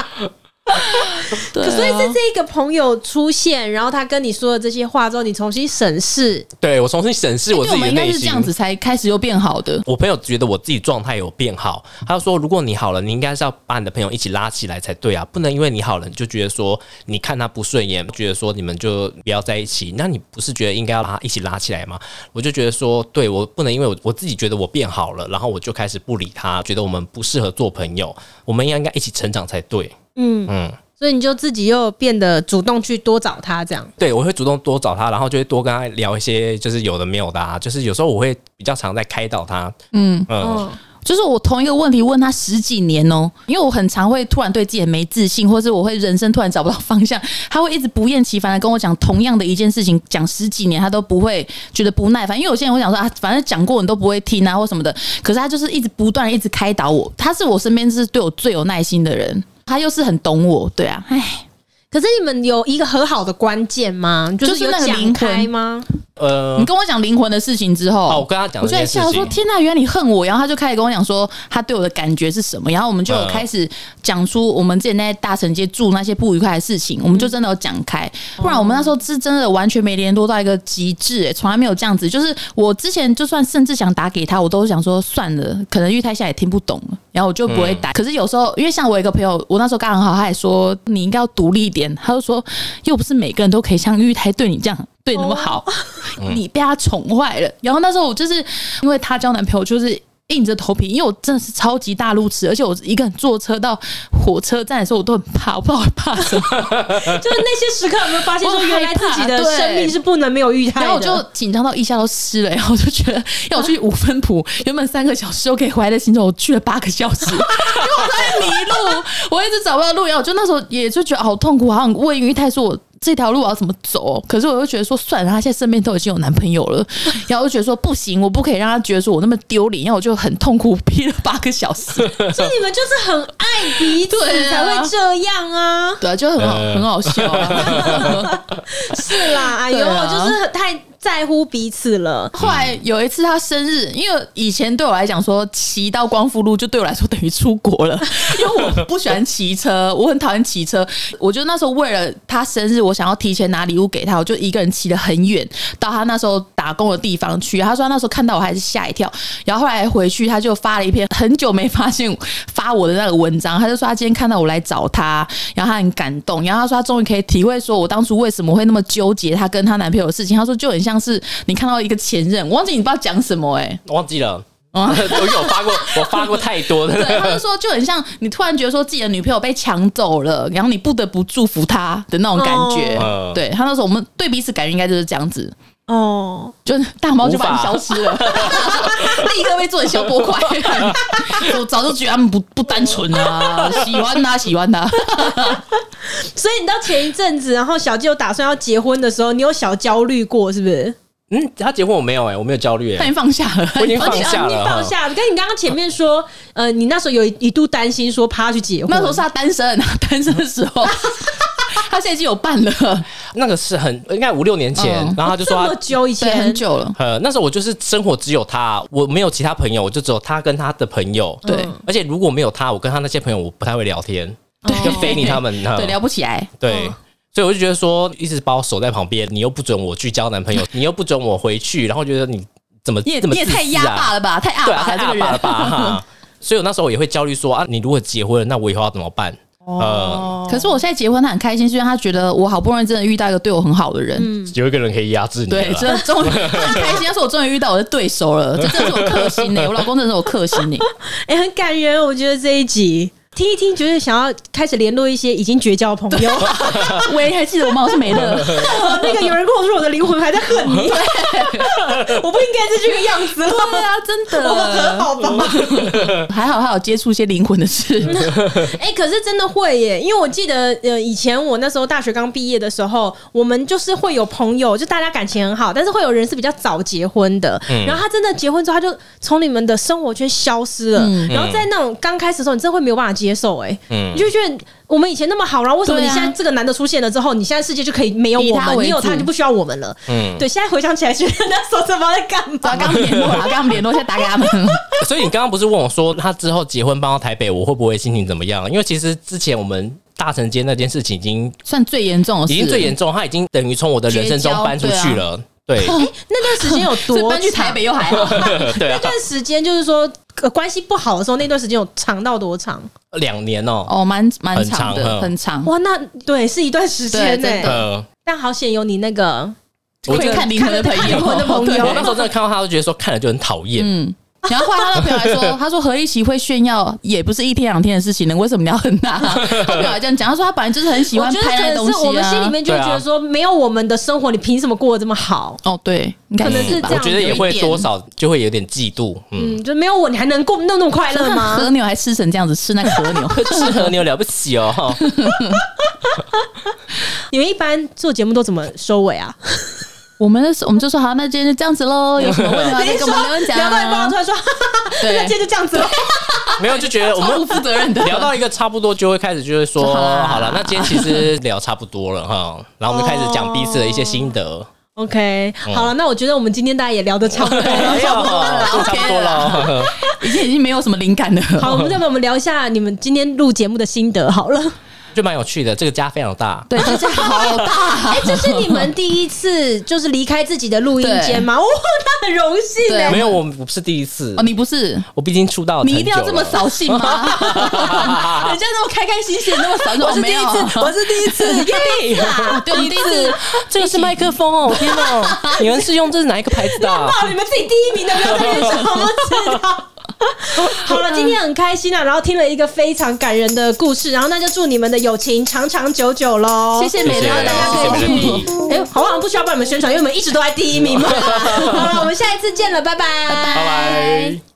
Speaker 1: 对啊
Speaker 2: 所以是这一个朋友出现，然后他跟你说了这些话之后，你重新审视，
Speaker 3: 对我重新审视我
Speaker 1: 对
Speaker 3: 自
Speaker 1: 我们
Speaker 3: 己的
Speaker 1: 应该
Speaker 3: 内
Speaker 1: 是这
Speaker 3: 心
Speaker 1: 样。子才开始又变好的。
Speaker 3: 我朋友觉得我自己状态有变好，他就说：“如果你好了，你应该是要把你的朋友一起拉起来才对啊，不能因为你好了，你就觉得说你看他不顺眼，觉得说你们就不要在一起。那你不是觉得应该要把他一起拉起来吗？”我就觉得说，对我不能因为我我自己觉得我变好了，然后我就开始不理他，觉得我们不适合做朋友，我们应该一起成长才对。
Speaker 2: 嗯
Speaker 3: 嗯。
Speaker 2: 所以你就自己又变得主动去多找他这样。
Speaker 3: 对，我会主动多找他，然后就会多跟他聊一些就是有的没有的啊，就是有时候我会比较常在开导他，
Speaker 1: 嗯，
Speaker 3: 嗯，
Speaker 2: 嗯，
Speaker 1: 就是我同一个问题问他十几年哦、因为我很常会突然对自己很没自信，或是我会人生突然找不到方向，他会一直不厌其烦的跟我讲同样的一件事情，讲十几年他都不会觉得不耐烦，因为有些人会讲说啊，反正讲过你都不会听啊或什么的，可是他就是一直不断地一直开导我，他是我身边是对我最有耐心的人，他又是很懂我，对啊，唉，
Speaker 2: 可是你们有一个和好的关键吗？就
Speaker 1: 就是
Speaker 2: 有
Speaker 1: 那个灵
Speaker 2: 讲
Speaker 1: 魂
Speaker 2: 开 吗？
Speaker 3: 呃
Speaker 1: 你，跟我讲灵魂的事情之后，
Speaker 3: 哦，我跟他讲
Speaker 1: 我
Speaker 3: 这
Speaker 1: 就在
Speaker 3: 件事
Speaker 1: 笑说：“
Speaker 3: 情，
Speaker 1: 天呐，原来你恨我！”然后他就开始跟我讲说他对我的感觉是什么，然后我们就
Speaker 3: 嗯
Speaker 1: 有开始讲出我们之前在大城街住那些不愉快的事情，我们就真的有讲开。
Speaker 3: 嗯
Speaker 1: 不然我们那时候是真的完全没联络到一个极致、欸，从来没有这样子。就是我之前就算甚至想打给他，我都想说算了，可能玉泰现在也听不懂了，然后我就不
Speaker 3: 嗯
Speaker 1: 会打。可是有时候，因为像我有一个朋友，我那时候刚很好，他也说你应该要独立一点，他就说又不是每个人都可以像玉泰对你这样对你那么好。你被他宠坏了。然后那时候我就是因为她交男朋友，就是硬着头皮，因为我真的是超级大路痴，而且我一个人坐车到火车站的时候，我都很怕，我不知道我怕什么。
Speaker 2: 就是那些时刻有没有发现
Speaker 1: 我
Speaker 2: 说，
Speaker 1: 害
Speaker 2: 原来自己的
Speaker 1: 怕对
Speaker 2: 生命是不能没有遇害的？
Speaker 1: 然后我就紧张到腋下都湿了，然后我就觉得 要我去五分埔，原本三个小时我可以回来的行程，我去了八个小时，因为 我在迷路，我一直找不到路。然后我就那时候也就觉得好痛苦，好想问于泰说我。这条路我要怎么走？可是我又觉得说，算了，她现在身边都已经有男朋友了， 然后我就觉得说不行，我不可以让她觉得说我那么丢脸，然后我就很痛苦， 批了八个小时，
Speaker 2: 所以你们就是很爱彼此
Speaker 1: 对啊
Speaker 2: 才会这样啊，
Speaker 1: 对啊，就很好，
Speaker 3: 呃
Speaker 1: 很好笑啊。
Speaker 2: 是啦，哎呦，
Speaker 1: 对啊
Speaker 2: 就是太在乎彼此了。
Speaker 1: 后来有一次他生日，因为以前对我来讲说骑到光复路就对我来说等于出国了， 因为我不喜欢骑车，我很讨厌骑车。我就那时候为了他生日，我想要提前拿礼物给他，我就一个人骑得很远到他那时候打工的地方去。他说他那时候看到我还是吓一跳，然后后来回去他就发了一篇很久没发现发我的那个文章，他就说他今天看到我来找他，然后他很感动，然后他说他终于可以体会说我当初为什么会那么纠结她跟她男朋友的事情。他说就很像是你看到一个前任，我忘记你不知道讲什么哎、 欸
Speaker 3: 忘记了，
Speaker 1: 啊
Speaker 3: 我有发过，我发过太多的，
Speaker 1: 对，他就说就很像你突然觉得说自己的女朋友被抢走了，然后你不得不祝福她的那种感觉。
Speaker 3: 哦
Speaker 1: 对他那时候我们对彼此感觉应该就是这样子，
Speaker 2: 哦，
Speaker 1: 就是大猫就
Speaker 3: 无法
Speaker 1: 把你消失了， 立刻被做成消波块。 我早就觉得他们不不单纯啊，喜欢他，喜欢啊他。
Speaker 2: 所以你到前一阵子，然后小季有打算要结婚的时候，你有小焦虑过是不是？
Speaker 3: 嗯，他结婚我没有哎、我没有焦虑
Speaker 1: 他已
Speaker 3: 哎、
Speaker 1: 经放下了，
Speaker 3: 我已经放
Speaker 2: 啊
Speaker 3: 下
Speaker 2: 你
Speaker 3: 了
Speaker 2: 放
Speaker 3: 哈。
Speaker 2: 下，跟你刚刚前面说，呃，你那时候有一度担心说怕他去结婚，
Speaker 1: 那时候是他单身，他单身的时候。他现在已经有伴了，
Speaker 3: 那个是很应该五六年前，
Speaker 1: 嗯
Speaker 3: 然后他就
Speaker 2: 这
Speaker 3: 说
Speaker 2: 么
Speaker 3: 他。
Speaker 2: 久以
Speaker 1: 对，
Speaker 2: 前
Speaker 1: 很，久了。
Speaker 3: 呃，那时候我就是生活只有他，我没有其他朋友，我就只有他跟他的朋友。
Speaker 1: 对
Speaker 2: 嗯
Speaker 3: 而且如果没有他，我跟他那些朋友我不太会聊天，
Speaker 2: 对
Speaker 3: 就非你他们。呃
Speaker 1: 哦对，聊不起来。
Speaker 3: 对
Speaker 2: 嗯，
Speaker 3: 所以我就觉得说，一直把我守在旁边，你又不准我去交 男朋友，你又不准我回去，然后觉得你怎么
Speaker 1: 你也
Speaker 3: 怎么
Speaker 1: 你也
Speaker 3: 自私
Speaker 1: 太压
Speaker 3: 啊
Speaker 1: 霸了吧，太阿
Speaker 3: 对啊，
Speaker 1: 霸
Speaker 3: 太
Speaker 1: 了，这
Speaker 3: 阿
Speaker 1: 个
Speaker 3: 爸了
Speaker 1: 人。
Speaker 3: 吧？哈所以我那时候也会焦虑说啊，你如果结婚了，那我以后要怎么办？呃
Speaker 2: 哦
Speaker 1: 可是我现在结婚，他很开心，虽然他觉得我好不容易真的遇到一个对我很好的人，
Speaker 3: 有一个人可以压制你了啦。
Speaker 1: 对，真的 终于他很开心，他说我终于遇到我的对手了，这真的是我克星呢、欸我老公真的是我克星欸呢、
Speaker 2: 哎、很感人，我觉得这一集。听一听，觉得想要开始联络一些已经绝交的朋 友。
Speaker 1: 喂，还记得我吗？我是美 乐，
Speaker 2: 啊那个有人跟我说我的灵魂还在恨你， 我不应该是这个样子了。
Speaker 1: 对啊，真
Speaker 2: 我们和
Speaker 1: 的，
Speaker 2: 好吧？
Speaker 1: 还好他有接触一些灵魂的事，
Speaker 2: 哎、可是真的会耶，因为我记得，呃，以前我那时候大学刚毕业的时候，我们就是会有朋友，就大家感情很好，但是会有人是比较早结婚的，
Speaker 1: 嗯
Speaker 2: 然后他真的结婚之后，他就从你们的生活圈消失了，
Speaker 1: 嗯
Speaker 2: 然后在那种刚开始的时候，你真的会没有办法接受，哎，
Speaker 3: 嗯
Speaker 2: 你就觉得我们以前那么好，然后为什么
Speaker 1: 对
Speaker 2: 你
Speaker 1: 啊
Speaker 2: 现在这个男的出现了之后，你现在世界就可以没有
Speaker 1: 以
Speaker 2: 我
Speaker 1: 他
Speaker 2: 们，
Speaker 1: 为
Speaker 2: 你有他
Speaker 1: 主
Speaker 2: 就不需要我们了，
Speaker 3: 嗯，
Speaker 2: 对，现在回想起来，觉得那时候怎么在干
Speaker 1: 把
Speaker 2: 嘛？
Speaker 1: 刚联 络，把刚联络，现在打给他们。
Speaker 3: 所以你刚刚不是问我说，他之后结婚搬到台北，我会不会心情怎么样？因为其实之前我们大城街那件事情已经
Speaker 1: 算最严重的事，
Speaker 3: 已经最严重，他已经等于从我的人生中
Speaker 1: 哦绝交啊
Speaker 3: 搬出去了。对
Speaker 2: 哎那段时间有
Speaker 1: 所以
Speaker 2: 多
Speaker 1: 搬去台
Speaker 2: 长
Speaker 1: 北又还 好，
Speaker 3: 对
Speaker 2: 那
Speaker 3: 啊，
Speaker 2: 段时间就是说、呃关系不好的时候，那段时间有长到多长？
Speaker 3: 两年哦、
Speaker 1: 哦，蛮蛮
Speaker 3: 很
Speaker 1: 长
Speaker 3: 长
Speaker 1: 的，
Speaker 3: 嗯
Speaker 1: 很长。
Speaker 2: 哇，那对是一段时间
Speaker 1: 对
Speaker 2: 呢、
Speaker 1: 真的
Speaker 3: 呃，
Speaker 2: 但好险有你那个
Speaker 3: 我
Speaker 1: 可以
Speaker 3: 真的
Speaker 1: 看灵魂的朋
Speaker 2: 看
Speaker 1: 友，
Speaker 2: 灵魂的朋友
Speaker 3: 我那时候真的看到他，就觉得说看了就很讨厌。
Speaker 1: 嗯。然后后来他的朋友还 说，他说何一奇会炫耀也不是一天两天的事情呢，为什么你要恨 他？他朋友还这样讲，他说他本来就是很喜
Speaker 2: 我
Speaker 1: 欢
Speaker 2: 觉得
Speaker 1: 拍
Speaker 2: 可
Speaker 1: 那
Speaker 2: 能
Speaker 1: 东
Speaker 2: 是我
Speaker 1: 西
Speaker 2: 们心里
Speaker 1: 啊。
Speaker 2: 面就会觉得说，没有我们的生活，你凭什么过得这么好？
Speaker 1: 哦，对，应该
Speaker 2: 可能是
Speaker 1: 吧
Speaker 2: 这
Speaker 3: 我
Speaker 2: 样
Speaker 3: 觉得也会多少就会有点嫉妒，嗯，
Speaker 2: 嗯，就没有我，你还能过那么快乐吗？
Speaker 1: 和牛还吃成这样子，吃那个和牛，
Speaker 3: 吃和牛了不起哦，
Speaker 2: 你们一般做节目都怎么收尾啊？
Speaker 1: 我们的时候我们就说好，那今天就这样子喽。有什么问题的话
Speaker 2: 你
Speaker 1: 再
Speaker 2: 一
Speaker 1: 跟
Speaker 2: 说
Speaker 1: 我们留言讲
Speaker 2: 聊到一半，
Speaker 1: 啊
Speaker 2: 突。然说，哈 哈哈
Speaker 1: 对
Speaker 2: 那今天就这样子了。
Speaker 3: 没有就觉得 我
Speaker 1: 超不
Speaker 3: 们
Speaker 1: 负责任的，
Speaker 3: 聊到一个差不多，就会开始就会说
Speaker 1: 好啦
Speaker 3: 好了，那今天其实聊差不多了哈，然后我们就开始讲彼此的一些心
Speaker 1: 哦
Speaker 3: 得，
Speaker 2: OK，好
Speaker 1: 嗯
Speaker 2: 了，那我觉得我们今天大家也聊得差不多了。
Speaker 3: 没 有
Speaker 1: 差不多了
Speaker 3: 哎就差不多了，
Speaker 1: 已经已经没有什么灵感了。
Speaker 2: 好，我们再帮我们聊一下你们今天录节目的心得好了。
Speaker 3: 就蛮有趣的。这个家非常大，
Speaker 1: 对，这家好大，
Speaker 2: 哎、这是你们第一次就是离开自己的录音 间吗？哇，那很荣幸哎、
Speaker 1: 对
Speaker 3: 没有我我不是第一次
Speaker 1: 哦，，你不是，
Speaker 3: 我毕竟出道
Speaker 1: 你
Speaker 3: 很
Speaker 1: 一定要
Speaker 3: 久
Speaker 1: 这么
Speaker 3: 了
Speaker 1: 扫兴吗？
Speaker 3: 啊
Speaker 1: 人家那么开开心心，那么扫兴，我哦
Speaker 2: 我是第一次，我是第 一次，耶！
Speaker 1: 对，你第一次，
Speaker 3: 这个是麦克风哦，天哪！你们是用这是哪一个牌子的啊？
Speaker 2: 哇，你们自己第一名的，不要在那边说我不 知道。好了，今天很开心啊，然后听了一个非常感人的故事，然后那就祝你们的友情长长久久喽。
Speaker 1: 谢谢美乐，
Speaker 3: 谢
Speaker 1: 大家
Speaker 3: 谢
Speaker 1: 可以
Speaker 3: 美
Speaker 1: 去
Speaker 3: 乐蒂
Speaker 2: 哎、好像不需 要帮你们宣传，因为我们一直都在第一名嘛。好了，我们下一次见了，拜拜，拜
Speaker 3: 拜拜。